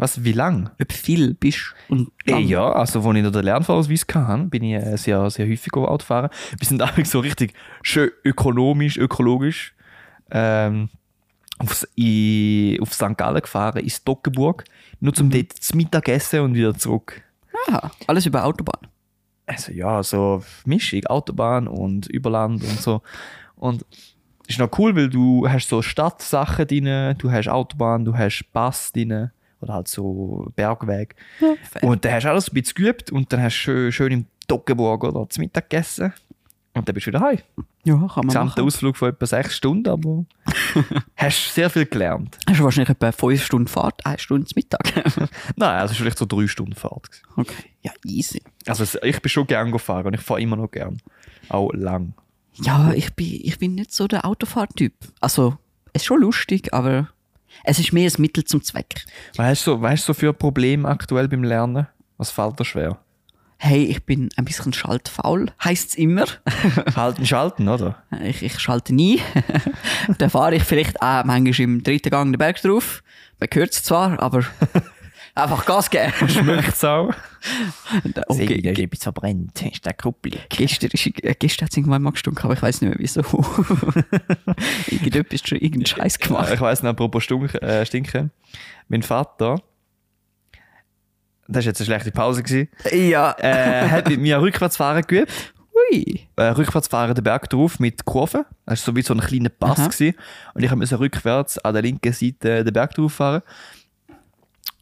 Was, wie lang? Ob viel bist und Ey, lang? ja, also als ich noch den Lernfahrausweis hatte, bin ich äh, sehr, sehr häufig Auto fahren. Wir sind auch so richtig schön ökonomisch, ökologisch ähm, aufs, in, auf St. Gallen gefahren, ins Toggenburg, nur zum dort zu Mittag essen und wieder zurück. Aha, Ah. alles über Autobahn. Also ja, so Mischung, Autobahn und Überland und so. Und ist noch cool, weil du hast so Stadtsachen drin, du hast Autobahn, du hast Pass drin oder halt so Bergweg. Und dann hast du alles ein bisschen geübt und dann hast du schön, schön im Toggenburg oder zum Mittag gegessen. Und dann bist du wieder heim. Ja, kann man Gesamter machen. Ausflug von etwa sechs Stunden, aber hast sehr viel gelernt. Hast du wahrscheinlich etwa 5 Stunden Fahrt, 1 Stunde zum Mittag. [laughs] Nein, also es war vielleicht so drei Stunden Fahrt. gewesen. okay, ja, easy. Also es- ich bin schon gern gefahren und ich fahre immer noch gern. Auch lang. Ja, ich bin, ich bin nicht so der Autofahrtyp. Also, es ist schon lustig, aber es ist mehr ein Mittel zum Zweck. Weißt du, weißt du für Probleme aktuell beim Lernen? Was fällt dir [laughs] schwer? Hey, ich bin ein bisschen schaltfaul, heisst es immer. [laughs] Halten, Halt, schalten, oder? Ich, ich schalte nie. [laughs] Dann fahre ich vielleicht auch manchmal im dritten Gang den Berg drauf. Man hört es zwar, aber [laughs] einfach Gas [laughs] geben. Schmeckt's auch? Oh, Okay, der Lippe verbrennt. Ist der kuppelig? Gestern, ist, äh, gestern hat es irgendwann mal gestunken, aber ich weiß nicht mehr [laughs] wieso. Irgendetwas schon irgendeinen Scheiß Ja, gemacht. ich weiss noch, apropos Stunk, äh, Stinken. Mein Vater, das war jetzt eine schlechte Pause, gewesen, Ja. äh, hat mit mir Rückwärtsfahren geübt. Ui. äh, rückwärts fahren den Berg drauf mit Kurven. Das war so wie so ein kleiner Pass. Aha. Gewesen. Und ich musste rückwärts an der linken Seite den Berg drauf fahren.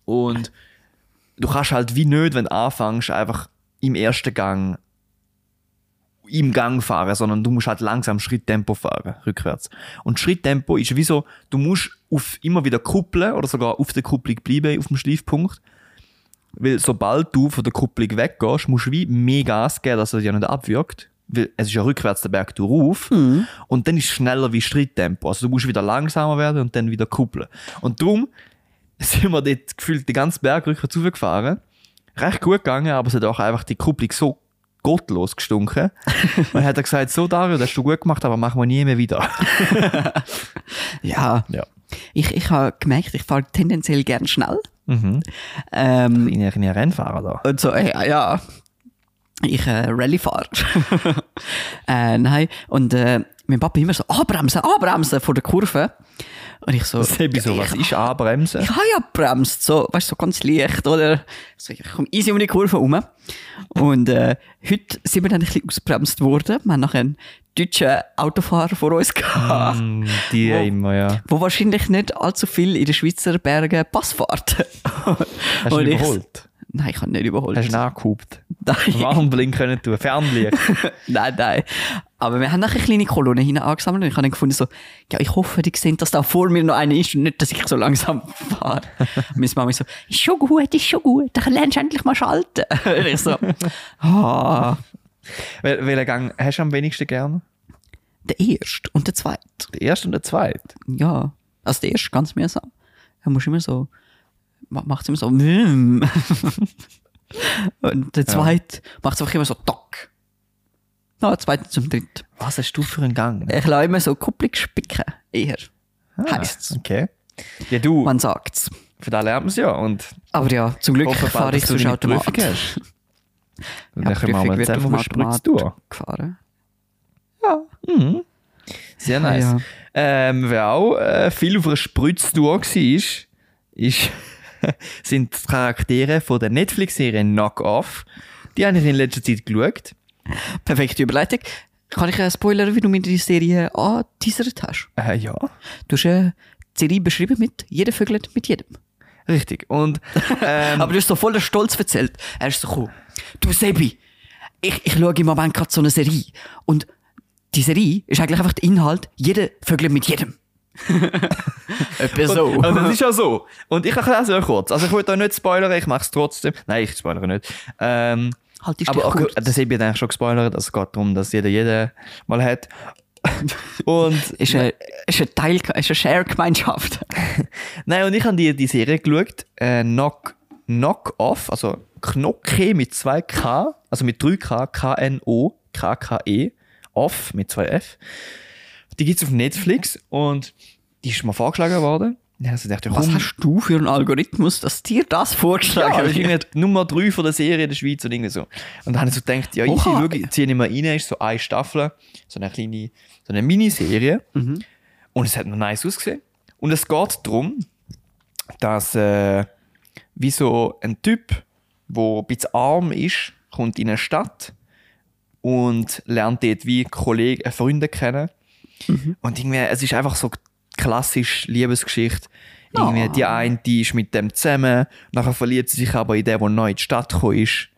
Und du kannst halt wie nicht, wenn du anfängst, einfach im ersten Gang im Gang fahren, sondern du musst halt langsam Schritttempo fahren, rückwärts. Und Schritttempo ist wie so, du musst auf immer wieder kuppeln oder sogar auf der Kupplung bleiben, auf dem Schleifpunkt. Weil sobald du von der Kupplung weggehst, musst du wie mehr Gas geben, dass er dich ja nicht abwirkt. Weil es ist ja rückwärts der Berg rauf. Und dann ist es schneller wie Schritttempo. Also du musst wieder langsamer werden und dann wieder kuppeln. Und darum sind wir dort gefühlt den ganzen Berg rückwärts raufgefahren. Recht gut gegangen, aber es hat auch einfach die Kupplung so gottlos [laughs] gestunken. Und dann hat er gesagt, so Dario, das hast du gut gemacht, aber machen wir nie mehr wieder. Ja. Ja. Ich, ich habe gemerkt, ich fahre tendenziell gern schnell. Mhm. Ähm, Bin ich ein Rennfahrer da. und so, hey, ah, ja, ich äh, Rallye fahre. [laughs] äh, nein. Und äh, mein Papa immer so, anbremsen, anbremsen vor der Kurve. Und ich so, Das habe ich sowas. Ich, Ist anbremsen. ich habe ja bremst, so, weißt du, so ganz leicht, oder? So, ich komme easy um die Kurve rum. Und äh, heute sind wir dann ein bisschen ausgebremst worden. Wir haben nachher einen deutschen Autofahrer vor uns gehabt. Mm, Die Wo- immer, ja. Wo wahrscheinlich nicht allzu viel in den Schweizer Bergen Passfahrt. Hast du ihn überholt? Nein, ich habe ihn nicht überholt. Hast du ihn angehupt? Nein. Warnblink können tun, [laughs] Fernlicht. [laughs] nein, nein. Aber wir haben nachher eine kleine Kolonne hinten angesammelt und ich habe dann gefunden, so, ja, ich hoffe, die sehen, dass da vor mir noch einer ist und nicht, dass ich so langsam [laughs] fahre. Und meine Mama so, ist schon gut, ist schon gut, dann lernst du endlich mal schalten. [laughs] Und ich so, ah, Wel welchen Gang hast du am wenigsten gern? der erste und der zweite. Der erste und der zweite? Ja, also der erste ganz mühsam. Er muss immer so, macht es immer so, [laughs] mm. und der zweite macht es einfach immer so, tock. Na, der zweite zum dritten. Was hast du für einen Gang? Ich lasse immer so Kupplung spicken, eher. heisst's. Ah, Okay. Ja, du, Man sagt's. für das lernt man es ja. Und Aber ja, zum Glück Ich hoffe, fahre bald, ich dass du zu deine Automat. Prüfung hast. Ja, dann können wir Prüfung mal wird zusammen auf auf dem Spritz Automat tun. gefahren. Sehr nice. ja. Ähm, wer auch äh, viel auf einer Spritztour war, ist, ist, [laughs] sind die Charaktere von der Netflix-Serie Knock Off. Die habe ich in letzter Zeit geschaut. Perfekte Überleitung. Kann ich äh, spoilern, wie du mir die Serie angeteasert hast? Äh, ja. Du hast äh, die Serie beschrieben mit «Jeder vögelt mit jedem». Richtig. Und ähm, Aber du hast so voller Stolz erzählt. Er ist so gekommen. «Du Sebi, ich, ich schaue im Moment gerade so eine Serie. Und die Serie ist eigentlich einfach der Inhalt «Jeder vögelt mit [laughs] jedem». Etwa so. Und, [laughs] also das ist ja so. Und ich erkläre es euch kurz. Also ich wollte euch nicht spoilern, ich mache es trotzdem. Nein, ich spoilere nicht. Ähm, Halt dich aber doch auch, kurz. das habe ich eigentlich schon gespoilert. Also, Es geht darum, dass jeder jeder [laughs] mal hat. Und ist eine, ist eine Teil, ist eine Share-Gemeinschaft. nein, und ich habe die, die Serie geschaut, äh, Knock, Knock Off, also Knocke mit 2K, also mit 3K, K-N-O, K-K-E, E. Off mit 2F. Die gibt es auf Netflix und die ist mir vorgeschlagen worden. Dann habe ich gedacht, ja, Was komm, hast du für einen Algorithmus, dass dir das Ja, vorgeschlagen das ist wird? irgendwie die Nummer 3 von der Serie in der Schweiz und irgendwie so. Und dann habe ich so gedacht, ja, easy, Oha. schau, ich ziehe nicht mehr rein, ist so eine Staffel, so eine kleine, so eine Miniserie. Und es hat noch nice ausgesehen. Und es geht darum, dass äh, wie so ein Typ, der ein bisschen arm ist, kommt in eine Stadt und lernt dort wie Kollegen, äh, Freunde kennen. Und irgendwie, es ist einfach so klassisch Liebesgeschichte. Irgendwie Oh. die eine die ist mit dem zusammen, nachher verliebt sie sich aber in den, der neu in die Stadt gekommen ist.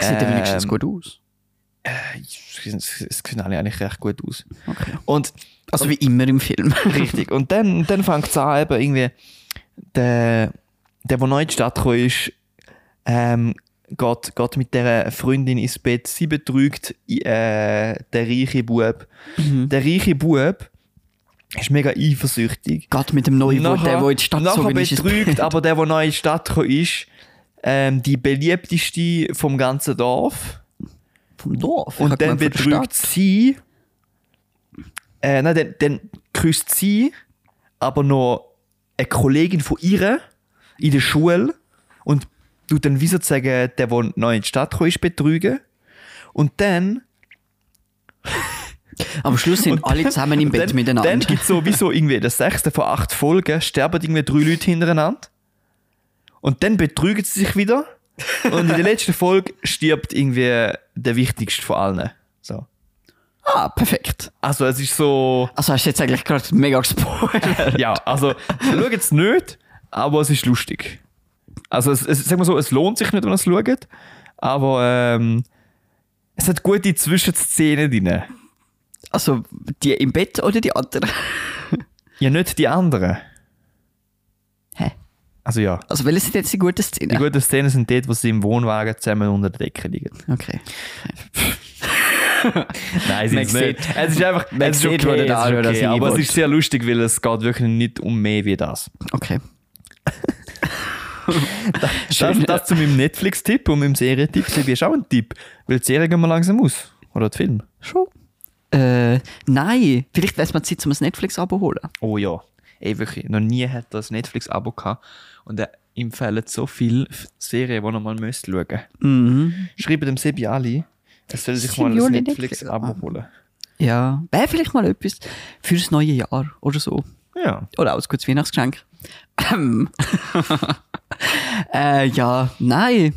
Sieht ja Ähm, wenigstens gut aus. Es es sehen alle eigentlich recht gut aus. Okay. Und Also wie immer im [laughs] Film. Richtig. Und dann, dann fängt es an, eben irgendwie, der, der, der neu in die Stadt gekommen ist, ähm, geht, geht mit dieser Freundin ins Bett. Sie betrügt äh, den reichen Bub. Mhm. Der reiche Bub ist mega eifersüchtig. Geht mit dem neuen, Wort, der, der in die Stadt nachher gezogen ist, ist. betrügt aber der, der neu in die Stadt gekommen ist, ähm, die beliebteste vom ganzen Dorf. Vom Dorf. Und dann betrügt sie. Äh, nein, dann, dann küsst sie aber noch eine Kollegin von ihr in der Schule und tut dann wie sozusagen der, der neu in die Stadt gekommen ist, betrügen. Und dann Am Schluss sind alle zusammen im Bett dann, miteinander. Dann gibt es sowieso irgendwie das sechste von acht Folgen, sterben irgendwie drei Leute hintereinander. Und dann betrügen sie sich wieder. Und in der letzten Folge stirbt irgendwie der wichtigste von allen. So. ah, perfekt. Also es ist so. Also hast du jetzt eigentlich gerade mega [laughs] gespoilert. Ja, also schaut es nicht, aber es ist lustig. Also es, es, sagen wir so, es lohnt sich nicht, wenn ihr es schaut, aber ähm, es hat gute Zwischenszenen drin. Also die im Bett oder die anderen? Ja, nicht die anderen. Hä? Also ja, Also welche sind jetzt die guten die Szenen? guten Szenen sind dort, wo sie im Wohnwagen zusammen unter der Decke liegen. Okay. Nein, sie Man ist nicht. sieht- Es ist einfach, man es ist sieht, wo der okay, es ist Dario das okay, aber es hinwollt. ist sehr lustig, weil es geht wirklich nicht um mehr wie das. Okay. Das, das zu meinem Netflix-Tipp und meinem Serientipp. Sebi, ist auch ein Tipp, weil die Serie gehen wir langsam aus. Oder die Film. Schon. Äh, nein. Vielleicht wäre es mal Zeit, um ein Netflix-Abo zu holen. Oh ja. Ey, wirklich. Noch nie hat das Netflix-Abo gehabt. Und äh, empfehlen so viele F- Serien, die ihr mal müsst schauen müsst. Schreibt dem Sebi Ali, er soll sich mal ein Sebi Ali Netflix-Abo. Netflix-Abo holen. Ja, wäre vielleicht mal etwas fürs neue Jahr oder so. Ja. Oder auch ein gutes Weihnachtsgeschenk. Ähm. [laughs] äh, ja, nein.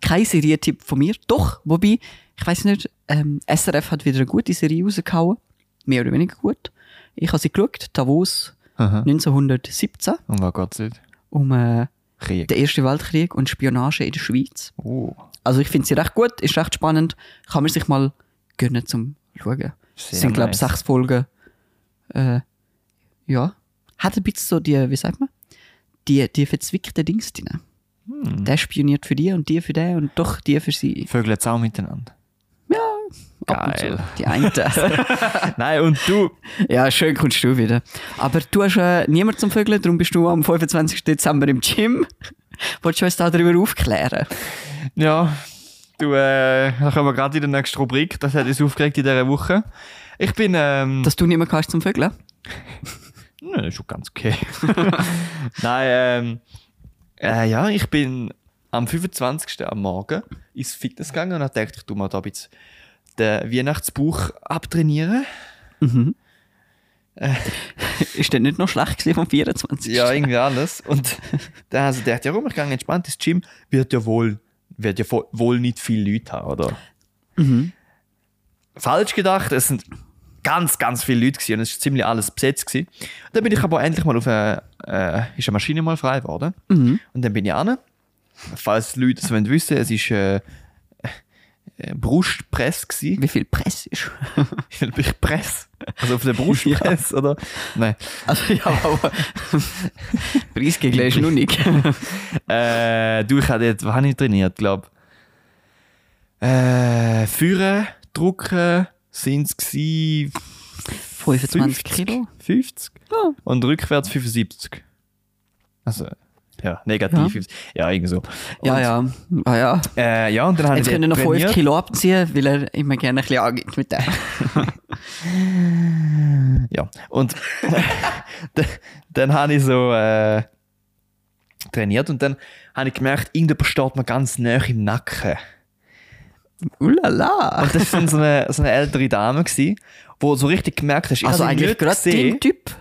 Kein Serientipp von mir. Doch, wobei, ich weiß nicht, ähm, SRF hat wieder eine gute Serie rausgehauen. Mehr oder weniger gut. Ich habe sie geschaut, Davos Aha. 1917, Und was geht's nicht? um äh, Krieg. den Ersten Weltkrieg und Spionage in der Schweiz. Oh, Also ich finde sie recht gut, ist recht spannend. Kann man sich mal gönnen zum Schauen. sehr Es sind, glaube ich, nice. sechs Folgen. Äh, ja. Hat ein bisschen so die, wie sagt man, die, die verzwickten Dings drin. Hm. Der spioniert für die und die für den und doch die für sie. Vögel jetzt auch miteinander. Ab und Geil. zu. Die [laughs] einen. Ah, Nein, und du? ja, schön kommst du wieder. Aber du hast äh, niemanden zum Vögeln, darum bist du am 25. Dezember im Gym. Wolltest du uns da darüber aufklären? [laughs] Ja, du, äh, dann kommen wir gerade in die nächste Rubrik. Das hat uns aufgeregt in dieser Woche. Ich bin, ähm... Dass du niemanden kannst zum Vögeln? Nö, ist schon ganz okay. [laughs] Nein, ähm, äh, ja, ich bin am 25. am Morgen ins Fitness gegangen und habe gedacht, ich tu mal da ein bisschen den Weihnachtsbuch abtrainieren. Ist der nicht noch schlecht gewesen vom 24. Ja, irgendwie alles. Und [laughs] dann habe ich gedacht, ja, komm, ich gehe entspannt ins Gym. Wird ja wohl, wird ja vo- wohl nicht viele Leute haben, oder? Falsch gedacht, es sind ganz, ganz viele Leute gewesen und es war ziemlich alles besetzt. Gewesen. Und dann bin ich aber endlich mal auf eine, äh, ist eine Maschine mal frei geworden. Und dann bin ich an. Falls die Leute es wollen wissen, es ist äh, äh, Brustpress gewesen. [laughs] Wie viel Press ist? Ich press. Also auf der Brustpress, oder? Nein. [laughs] Also ja, [laughs] aber Preisgegner ist noch nicht. Äh, du, ich habe jetzt, was habe ich trainiert, glaube äh, Führen, Drucken, sind es gewesen 25 50, Kilo. 50 Ja. und rückwärts 75. Also, ja, negativ. Ja, irgendwie so. [laughs] Ja, ja. Ah, ja. Also, Und, äh, ja, und dann habe ich Jetzt können wir noch 5 trainiert. Kilo abziehen, weil er immer gerne ein bisschen angibt mit dem. Ja, und [laughs] d- dann habe ich so äh, trainiert und dann habe ich gemerkt, irgendjemand steht mir ganz nah im Nacken. [laughs] Ulala. Und das war so eine, so eine ältere Dame, die wo so richtig gemerkt hast, ich Also habe sie eigentlich nicht gerade gesehen. den Typ.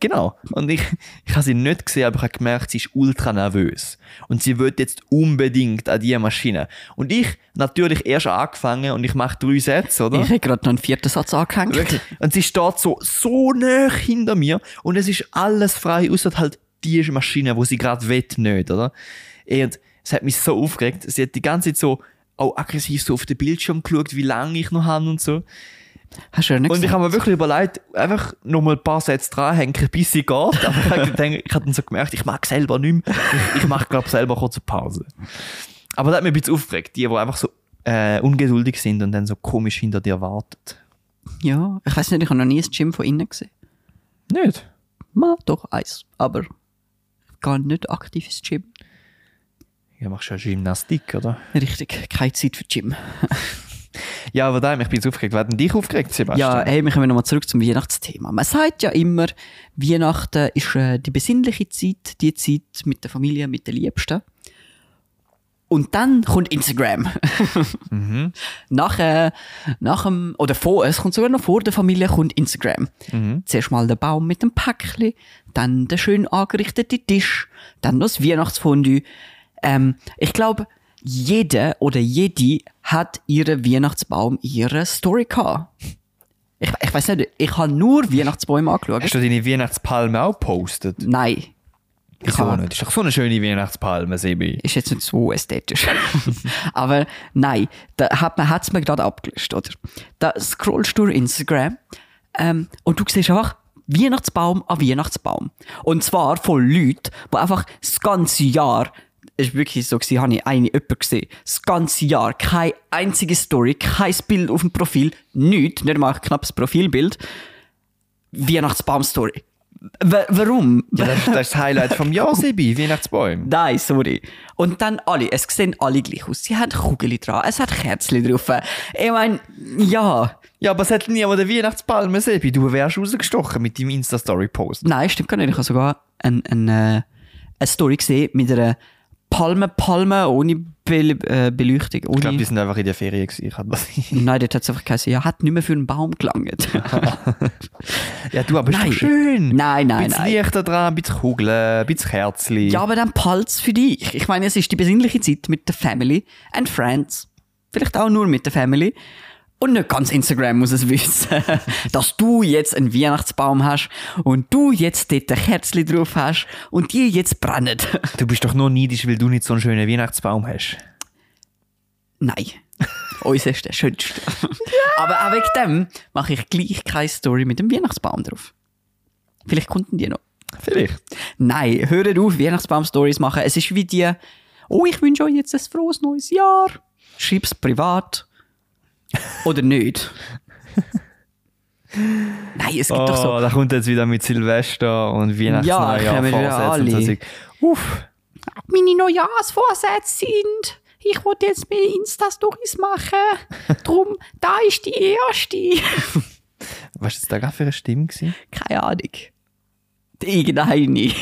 Genau. Und ich, ich habe sie nicht gesehen, aber ich habe gemerkt, sie ist ultra nervös. Und sie wird jetzt unbedingt an diese Maschine. Und ich natürlich erst angefangen und ich mache drei Sätze, oder? Ich habe gerade noch einen vierten Satz angehängt. Wirklich. Und sie steht so, so nah hinter mir und es ist alles frei, außer halt die Maschine, wo sie gerade will, nicht, oder? Ey, Und es hat mich so aufgeregt. Sie hat die ganze Zeit so auch aggressiv so auf den Bildschirm geschaut, wie lange ich noch habe und so. Hast du ja nicht Und ich gesehen? habe mir wirklich überlegt, einfach nochmal ein paar Sätze dranhängen, bis sie geht. Aber ich habe gedacht- ich habe dann so gemerkt, ich mag selber nicht mehr. Ich, ich mache, glaube ich, selber kurz eine Pause. Aber das hat mich ein bisschen aufgeregt, die, die einfach so äh, ungeduldig sind und dann so komisch hinter dir warten. Ja, ich weiß nicht, ich habe noch nie ein Gym von innen gesehen. Nicht? Mal doch eins, aber ich gehe nicht aktiv ins Gym. Ja, machst ja Gymnastik, oder? Richtig, keine Zeit für Gym. Ja, aber dem, ich bin so aufgeregt. Wer hat denn dich aufgeregt, Ja, Sebastian? hey, wir kommen nochmal zurück zum Weihnachtsthema. Man sagt ja immer, Weihnachten ist äh, die besinnliche Zeit, die Zeit mit der Familie, mit den Liebsten. Und dann kommt Instagram. [laughs] nach, äh, nach dem, oder vor, es kommt sogar noch vor der Familie, kommt Instagram. Zuerst mal der Baum mit dem Päckchen, dann der schön angerichtete Tisch, dann noch das Weihnachtsfondue. Ähm, ich glaube, jeder oder jede hat ihren Weihnachtsbaum, ihre Story gehabt. Ich, ich weiß nicht, ich habe nur Weihnachtsbäume angeschaut. Hast du deine Weihnachtspalme auch gepostet? Nein, Wieso hab- nicht? Ist doch so eine schöne Weihnachtspalme, Sebi. ist jetzt nicht so ästhetisch. [laughs] Aber nein, da hat man hat's mir gerade abgelöscht, oder? Da scrollst du durch Instagram ähm, und du siehst einfach Weihnachtsbaum an Weihnachtsbaum. Und zwar von Leuten, die einfach das ganze Jahr, es ist wirklich so, gewesen, habe ich eine, jemanden gesehen, das ganze Jahr keine einzige Story, kein Bild auf dem Profil, nichts, nicht mal ein knappes Profilbild, Weihnachtsbaum-Story. Wa- Warum? Ja, das, das ist das Highlight vom Jahr, Sebi. Weihnachtsbäume. Nein, sorry. Und dann alle, es sehen alle gleich aus. Sie haben Kugeln dran, es hat Kerzen drauf. Ich meine, ja. Ja, aber es hat niemand eine Weihnachtspalme, Sebi. Du wärst rausgestochen mit deinem Insta-Story-Post. Nein, stimmt gar nicht. Ich habe sogar einen, einen, äh, eine Story gesehen mit einer Palme, Palme, ohne Be äh, Beleuchtung. Ohne Ich glaube, die sind einfach in der Ferien gewesen. Ich hab das Nein, dort hat es einfach geheißen, ja, hat nicht mehr für einen Baum gelangt. [laughs] ja, du, aber ist Nein. doch schön. nein, Ein nein, bisschen nein. Licht da dran, ein bisschen Kugeln, ein bisschen Kerzchen. Ja, aber dann Palz für dich. Ich meine, es ist die besinnliche Zeit mit der Family and Friends. Vielleicht auch nur mit der Family. Und nicht ganz Instagram muss es [laughs] wissen, dass du jetzt einen Weihnachtsbaum hast und du jetzt dort ein Kerzchen drauf hast und die jetzt brennen. [laughs] Du bist doch nur neidisch, weil du nicht so einen schönen Weihnachtsbaum hast. Nein. Unser ist der schönste. Aber auch wegen dem mache ich gleich keine Story mit dem Weihnachtsbaum drauf. Vielleicht kommt denn die noch. Vielleicht. Nein, hört auf, Weihnachtsbaum-Stories machen. Es ist wie die, oh, ich wünsche euch jetzt ein frohes neues Jahr. Schreib's privat. Oder nicht. Nein, es gibt Oh, doch so. da kommt jetzt wieder mit Silvester und Ah. Ja, Weihnachtsneujahr kommen wieder Vorsätze und so alle. Zeug. Uff. Meine Neujahrsvorsätze sind, ich wollte jetzt mehr Insta-Stories machen. Drum, da ist die erste. [laughs] Was war das da gerade für eine Stimme? Gewesen? Keine Ahnung. Irgendeine. [laughs]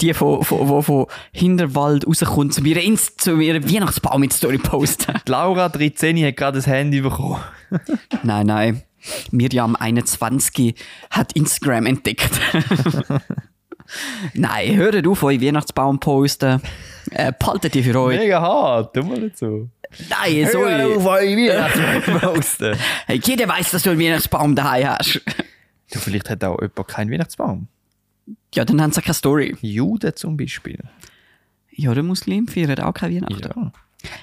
Die, von, von, wo von Hinterwald rauskommt, zu ihrem zu ihrer Weihnachtsbaum-Story posten. Die Laura 13 hat gerade das Handy bekommen. Nein, nein. Miriam 21 hat Instagram [laughs] entdeckt. nein, hört auf, euch Weihnachtsbaum posten. Äh, behaltet die für euch. Mega hart, tu mal nicht so. Nein, sorry. eure [laughs] Weihnachtsbaum Hey, jeder weiß, dass du einen Weihnachtsbaum daheim hast. Du, vielleicht hat auch jemand keinen Weihnachtsbaum. Ja, dann haben sie ja keine Story. Juden zum Beispiel. Ja, der Muslim feiert auch keine Weihnachten. Ja.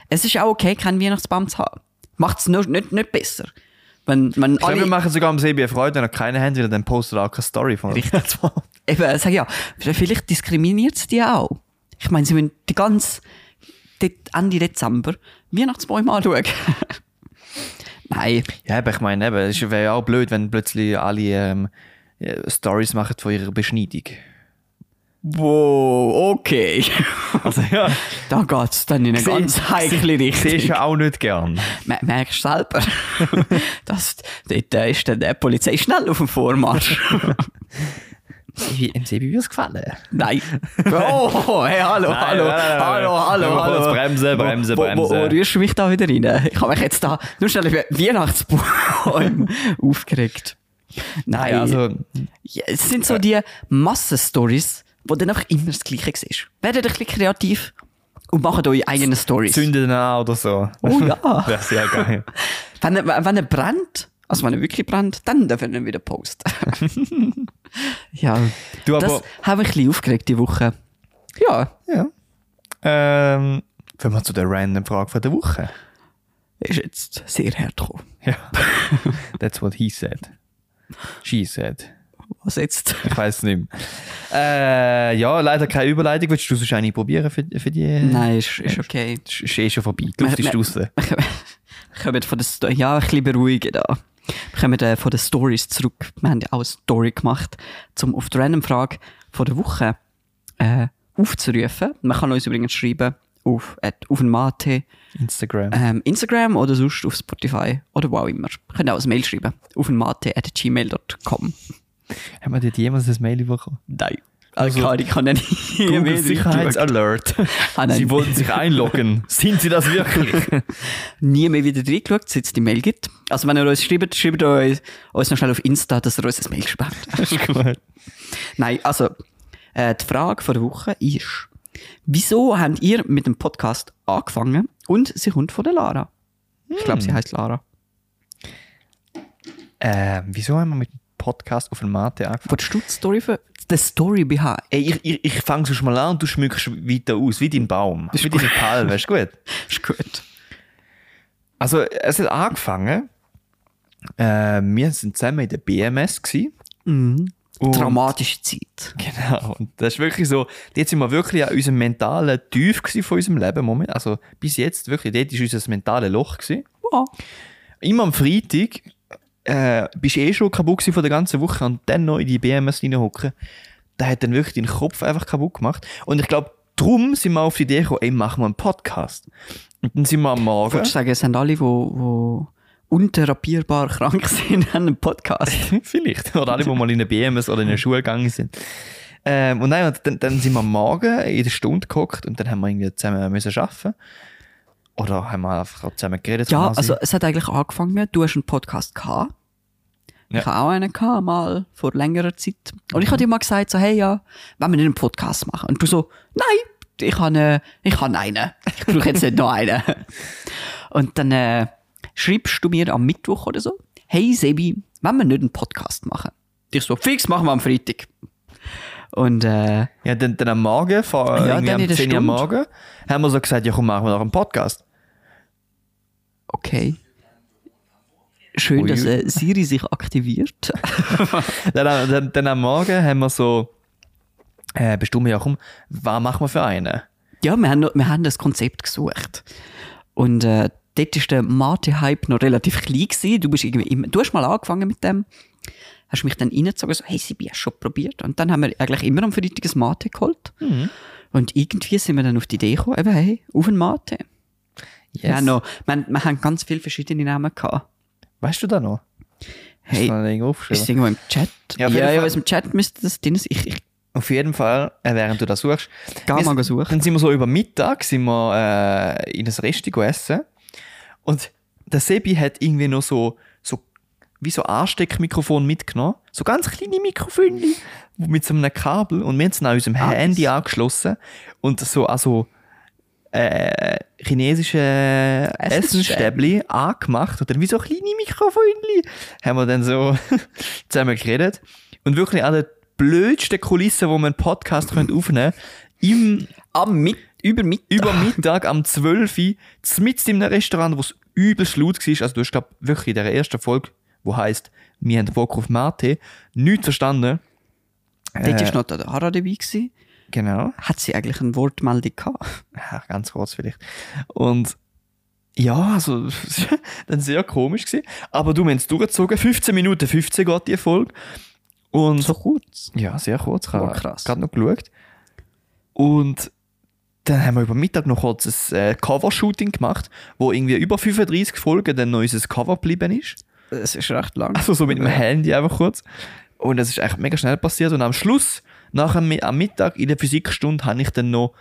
Es ist auch okay, keinen Weihnachtsbaum zu haben. Macht es nicht, nicht, nicht besser. Wenn, wenn Ich glaube, wir alle, machen sogar am Sebi eine Freude, wenn er keine Handy dann postet er auch keine Story von einem Weihnachtsbaum. eben, sag ja, vielleicht diskriminiert es die auch. Ich meine, sie müssen die ganze De Ende Dezember Weihnachtsbäume anschauen. [laughs] Nein, [laughs] Ja, aber ich meine, eben, es wäre ja auch blöd, wenn plötzlich alle ähm, ja, Stories machen von ihrer Beschneidung. wow, [laughs] okay. Also ja, Da geht es dann in eine ganz heikle siehst Richtung. ja auch nicht gern. Me- Merkst du selber, [laughs] dass dort äh, ist dann die Polizei schnell auf dem Vormarsch. Im Sebi würde es gefallen. Nein. [laughs] Oh, hey, hallo, Nein, hallo, nein, nein, hallo, nein. hallo, Nur hallo. kurz bremsen, bremsen, wo, Wo, wo bremsen. rührst du mich da wieder rein? Ich habe mich jetzt da nur schnell über [laughs] Weihnachtsbäume aufgeregt. Nein, Ja, also, ja, es sind so die Massenstories, wo dann einfach immer das Gleiche ist. Werdet ein bisschen kreativ und macht eure eigenen Stories. zünden an oder so. Oh [laughs] ja. Wäre sehr geil. Wenn er, wenn er brennt, also wenn er wirklich brennt, dann dürfen wir ihn wieder posten. [laughs] ja, Du, aber- das habe ich ein bisschen aufgeregt die Woche. Ja, Ja. Ähm, wenn wir zu der random Frage von der Woche. ist jetzt sehr hart gekommen. Ja. [laughs] That's what he said. She said. Was jetzt? Ich weiß es nicht mehr. Äh, ja, leider keine Überleitung. Willst du sonst eine probieren für, für die? Nein, ist, [laughs] ist okay. Ist ist eh schon vorbei. Die Luft ist Wir- draußen. Wir kommen von der Sto ja, ein bisschen beruhigen da. Wir kommen äh, von den Stories zurück. Wir haben ja auch eine Story gemacht, um auf die Random-Frage von der Woche äh, aufzurufen. Man kann uns übrigens schreiben auf, at auf den Mate, Instagram. ähm, Instagram oder sonst auf Spotify oder wo auch immer. Ihr könnt auch ein Mail schreiben auf den Mate at gmail.com. Haben wir dort jemals ein Mail bekommen? Nein. Also, Also, klar, ich kann ja nicht Google mehr reinschauen. [laughs] Sicherheitsalert. Ah, nein. Sie wollten sich [laughs] einloggen. Sind Sie das wirklich? nie mehr wieder reingeschaut, seit es die Mail gibt. Also wenn ihr uns schreibt, schreibt uns, uns noch schnell auf Insta, dass ihr uns ein Mail schreibt. [laughs] [laughs] Das ist gut. Nein, also äh, die Frage vor der Woche ist, wieso habt ihr mit dem Podcast angefangen und sie kommt von der Lara? Ich glaube, sie heißt Lara. ähm, wieso haben wir mit dem Podcast auf dem Mate angefangen? Wolltest du die Story für The Story behind? Ey, ich, ich, ich fange schon mal an und du schmückst weiter aus, wie dein Baum. Wie deine Palme, ist gut. Ist gut. Also, es hat angefangen. Äh, wir sind zusammen in der BMS. Gewesen. Mhm. Und- Dramatische Zeit. Genau. Und das ist wirklich so, dort sind wir wirklich an unserem mentalen Tief gewesen von unserem Leben. Moment. Also, bis jetzt wirklich, dort war unser mentales Loch. Gewesen. Ja. Immer am Freitag äh, bist du eh schon kaputt gewesen von der ganzen Woche und dann noch in die BMS reinhocken. Da hat dann wirklich deinen Kopf einfach kaputt gemacht. Und ich glaube, drum sind wir auf die Idee gekommen, ey, machen wir einen Podcast. Und dann sind wir am Morgen. Würdest du sagen, es sind alle, die wo untherapierbar krank [laughs] sind, haben einen Podcast? [laughs] Vielleicht. Oder alle, die mal in eine BMS oder in eine Schule gegangen sind. Ähm, und nein, und dann, dann sind wir am Morgen in der Stunde geguckt und dann haben wir irgendwie zusammen müssen arbeiten. Oder haben wir einfach zusammen geredet? Ja, quasi. also es hat eigentlich angefangen, du hast einen Podcast gehabt. Ja. Ich habe auch einen gehabt, mal vor längerer Zeit. Und ich habe dir mal gesagt, so, hey, ja, wollen wir nicht einen Podcast machen? Und du so, nein, ich habe, äh, ich habe einen. Ich brauche jetzt nicht noch einen. [laughs] Und dann äh, schreibst du mir am Mittwoch oder so, hey Sebi, wollen wir nicht einen Podcast machen? Und Ich so, fix, machen wir am Freitag. Und äh, Ja, dann, dann am Morgen, vor Ja, irgendwie dann in am der 10 Uhr am Stunde. Morgen, haben wir so gesagt, ja komm, machen wir noch einen Podcast. okay. Schön, Ui. dass äh, Siri sich aktiviert. Dann, dann, dann am Morgen haben wir so, äh, bestimmt ja komm, was machen wir für einen? Ja, wir haben, noch- wir haben das Konzept gesucht. Und äh, dort war der Mate-Hype noch relativ klein. Gewesen. Du, bist irgendwie immer, du hast mal angefangen mit dem. Hast mich dann reingezogen, so, hey, Sibi, hast du schon probiert? Und dann haben wir eigentlich immer am Freitag ein Mate geholt. Mhm. Und irgendwie sind wir dann auf die Idee gekommen, eben, hey, auf ein Mate. Wir, haben noch, wir, haben- wir haben ganz viele verschiedene Namen gehabt. Weißt du da noch? Hast Hey, du da noch irgendwo Ist das aufgeschrieben? irgendwo im Chat? Ja, Ja, auf jeden ja, Fall. aus dem Chat müsste das drin sein. Ich, ich Auf jeden Fall, äh, während du das suchst. Geh Wir- mal suchen. Dann sind wir so über Mittag sind wir, äh, in ein Restaurant essen. Und der Sebi hat irgendwie noch so, so wie so Ansteckmikrofon mitgenommen. So ganz kleine Mikrofone mit so einem Kabel. Und wir haben es an unserem Ah, Handy angeschlossen. Und so, also, äh, chinesische Essensstäbli. Essensstäbli angemacht. Und dann wie so kleine Mikrofone haben wir dann so [laughs] zusammen geredet. Und wirklich an der blödsten Kulisse, wo man einen Podcast könnte aufnehmen im am ah, mit, über mit. über Mittag am 12 Uhr, mitten in einem Restaurant, wo es übelst laut war. Also du hast, glaube wirklich in der ersten Folge, wo heisst «Wir haben Bock auf Mate», nichts verstanden. Dort Äh, war noch der Hara dabei. Gewesen. Genau. Hat sie eigentlich eine Wortmeldung gehabt? Ja, ganz kurz vielleicht. Und ja, also, [laughs] dann sehr komisch gewesen. Aber du, wir haben es durchgezogen. 15 Minuten 15 geht die Folge. Und So kurz. Ja, sehr kurz. Ich Oh, habe krass. gerade noch geschaut. Und dann haben wir über Mittag noch kurz ein äh, Covershooting gemacht, wo irgendwie über 35 Folgen dann noch unser Cover geblieben ist. Es ist recht lang. Also so mit dem Handy einfach kurz. Und das ist echt mega schnell passiert. Und am Schluss, nachher mi- am Mittag in der Physikstunde, habe ich dann noch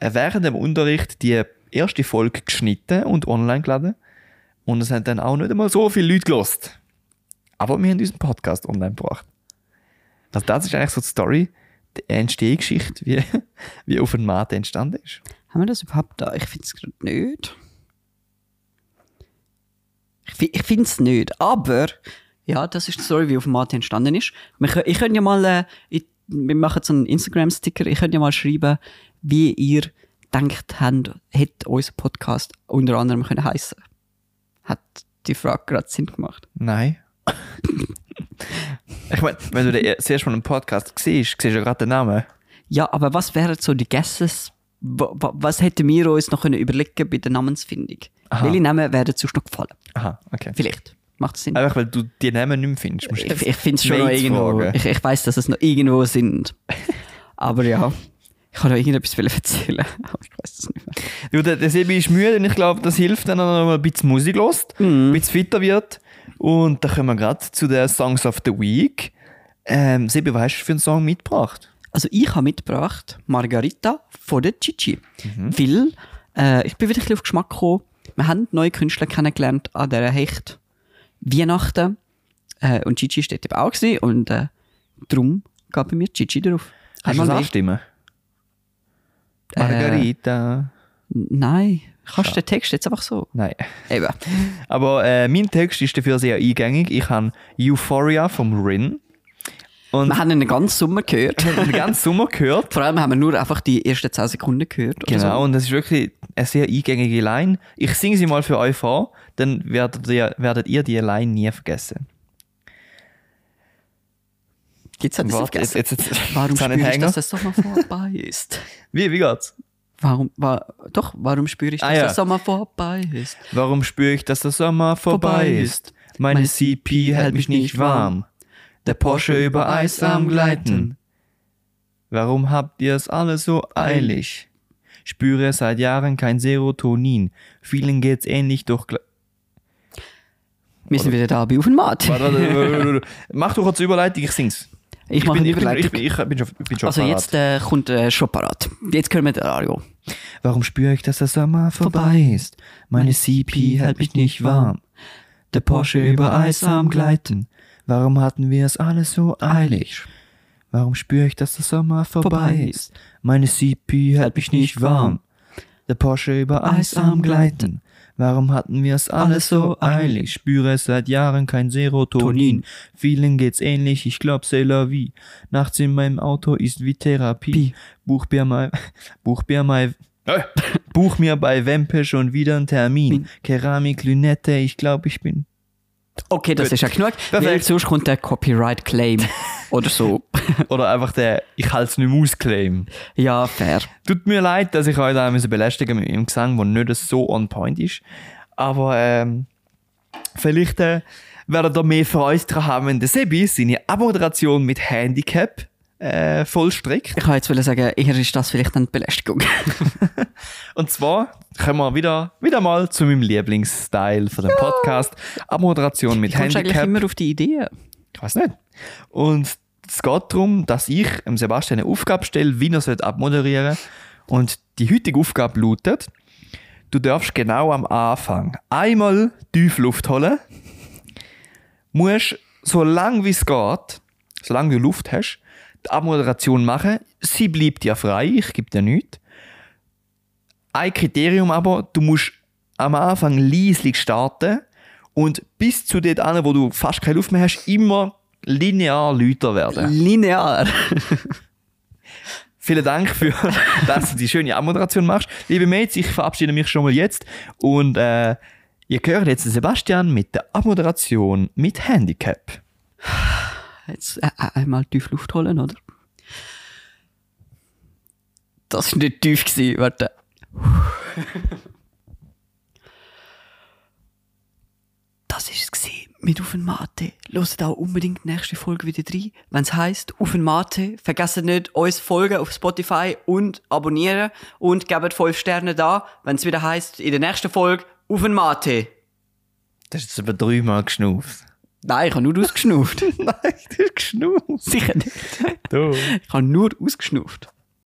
äh, während dem Unterricht die erste Folge geschnitten und online geladen. Und es haben dann auch nicht einmal so viele Leute gelost. Aber wir haben unseren Podcast online gebracht. Also das ist eigentlich so die Story, die Entstehungsgeschichte, wie, [laughs] wie auf den Mate entstanden ist. Haben wir das überhaupt da? Ich finde es gerade nicht. Ich, fi- ich finde es nicht. Aber, ja, das ist die Story, wie auf dem Martin entstanden ist. Wir, kö- ich könnte ja mal, äh, ich, wir machen so einen Instagram-Sticker, ich könnte ja mal schreiben, wie ihr denkt habt, hätte unser Podcast unter anderem können heissen Hat die Frage gerade Sinn gemacht. Nein. [laughs] ich meine, wenn du den e- das erste Mal einen Podcast siehst, siehst du ja gerade den Namen. Ja, aber was wären so die Guesses? Wa- wa- Was hätten wir uns noch können überlegen bei der Namensfindung? Aha. Welche Namen wären sonst noch gefallen? Aha, okay. Vielleicht. Macht es Sinn? Einfach weil du die Namen nicht mehr findest. Musst Ich, jetzt ich finde es schon noch Mates irgendwo. fragen. Ich, ich weiß, dass es noch irgendwo [laughs] sind. Aber ja, ich kann noch irgendetwas erzählen. [laughs] Aber ich weiß es nicht mehr. Du, der, der Sebi ist müde und ich glaube, das hilft, wenn er noch mal ein bisschen Musik hört, ein bisschen fitter wird. Und dann kommen wir gerade zu den Songs of the Week. Ähm, Sebi, was hast du für einen Song mitgebracht? Also ich habe mitgebracht Margarita von der Gigi. Mhm. Weil äh, ich bin wieder ein bisschen auf Geschmack gekommen. Wir haben neue Künstler kennengelernt an dieser Hecht Weihnachten. Äh, und Gigi steht eben auch gewesen. Und äh, darum gab bei mir Gigi drauf. Kannst du das mehr. anstimmen? Margarita. Nein. Kannst du den Text jetzt einfach so? Nein. Eben. Aber äh, mein Text ist dafür sehr eingängig. Ich habe Euphoria vom Rin. Und Wir haben einen ganzen Sommer [laughs] gehört. den ganzen Sommer gehört. Vor allem haben wir nur einfach die ersten 10 Sekunden gehört. oder Genau, und das ist wirklich eine sehr eingängige Line. Ich singe sie mal für euch vor, dann werdet ihr, werdet ihr die Line nie vergessen. So. Jetzt hat es Warte, halt vergessen. jetzt- jetzt- jetzt- warum jetzt habe ich spüre ich, einen dass der Sommer vorbei ist? Wie, wie geht's? Warum, wa, doch, warum spüre ich, dass Ah, ja. der Sommer vorbei ist? Warum spüre ich, dass der Sommer vorbei, Vorbei ist? Meine, Meine CP hält mich nicht warm. Der Porsche über Eis am Gleiten. Warum habt ihr es alle so eilig? Spüre seit Jahren kein Serotonin. Vielen geht's ähnlich, doch... gl- Wir sind wieder da bei Auf dem Markt. Warte, warte, warte, warte, warte. Mach doch kurz eine Überleitung, ich sing's. Ich Ich mache bin, eine ich, bin, ich, Überleitung. bin, ich bin schon, ich bin schon Also parat. jetzt äh, kommt äh, schon parat. Jetzt hören wir den Ario. Warum spüre ich, dass der Sommer vorbei ist? Meine CP hält mich nicht warm. Der Porsche über Eis am Gleiten. Warum hatten wir es alles so eilig? Warum spüre ich, dass der Sommer vorbei ist? Meine CP hält mich nicht warm. Der Porsche über Eis am Gleiten. Warum hatten wir es alles so eilig? Spüre seit Jahren kein Serotonin. Vielen geht's ähnlich, ich glaub, c'est la vie. Nachts in meinem Auto ist wie Therapie. Buch mir mal, [laughs] buch mir mal, buch mir bei Wempe schon wieder einen Termin. Keramik, Lünette, ich glaub, ich bin. Okay, das Gut. ist ja genug, weil Perfekt. sonst kommt der [laughs] Copyright-Claim oder so. Oder einfach der, ich halt's nicht mehr aus, Claim. ja, fair. Tut mir leid, dass ich euch da müssen belästigen mit meinem Gesang, der nicht so on point ist. Aber ähm, vielleicht äh, werdet ihr mehr Freude daran haben, wenn der Sebi seine Abmoderation mit Handicap äh, vollstreckt. Ich kann jetzt wollen sagen, eher ist das vielleicht eine Belästigung. Und zwar kommen wir wieder, wieder mal zu meinem Lieblingsstyle von dem Podcast. Abmoderation mit Kommst du eigentlich Handicap. immer auf die Idee? Ich weiß nicht. Und es geht darum, dass ich dem Sebastian eine Aufgabe stelle, wie er es abmoderieren soll. Und die heutige Aufgabe lautet, du darfst genau am Anfang einmal tief Luft holen, musst so lange wie es geht, solange du Luft hast, die Abmoderation machen. Sie bleibt ja frei, ich gebe dir nichts. Ein Kriterium aber, du musst am Anfang leislich starten und bis zu dort an, wo du fast keine Luft mehr hast, immer linear lauter werden. Linear. Vielen Dank für, [laughs] dass du die schöne Abmoderation machst. Liebe Mates, ich verabschiede mich schon mal jetzt und äh, ihr hört jetzt den Sebastian mit der Abmoderation mit Handicap. Jetzt äh, äh, einmal tief Luft holen, oder? Das war nicht tief, gewesen, warte. [laughs] Das war es gewesen mit Auf den Mate. Hört auch unbedingt die nächste Folge wieder rein. Wenn es heisst Auf den Mate, vergesst nicht, uns folgen auf Spotify und abonnieren und gebt 5 Sterne da, wenn es wieder heisst, in der nächsten Folge Auf den Mate. Das ist jetzt aber dreimal geschnauft. Nein, ich habe nur ausgeschnauft. Nein, das ist geschnauft. Sicher nicht. Du. Ich habe nur ausgeschnauft.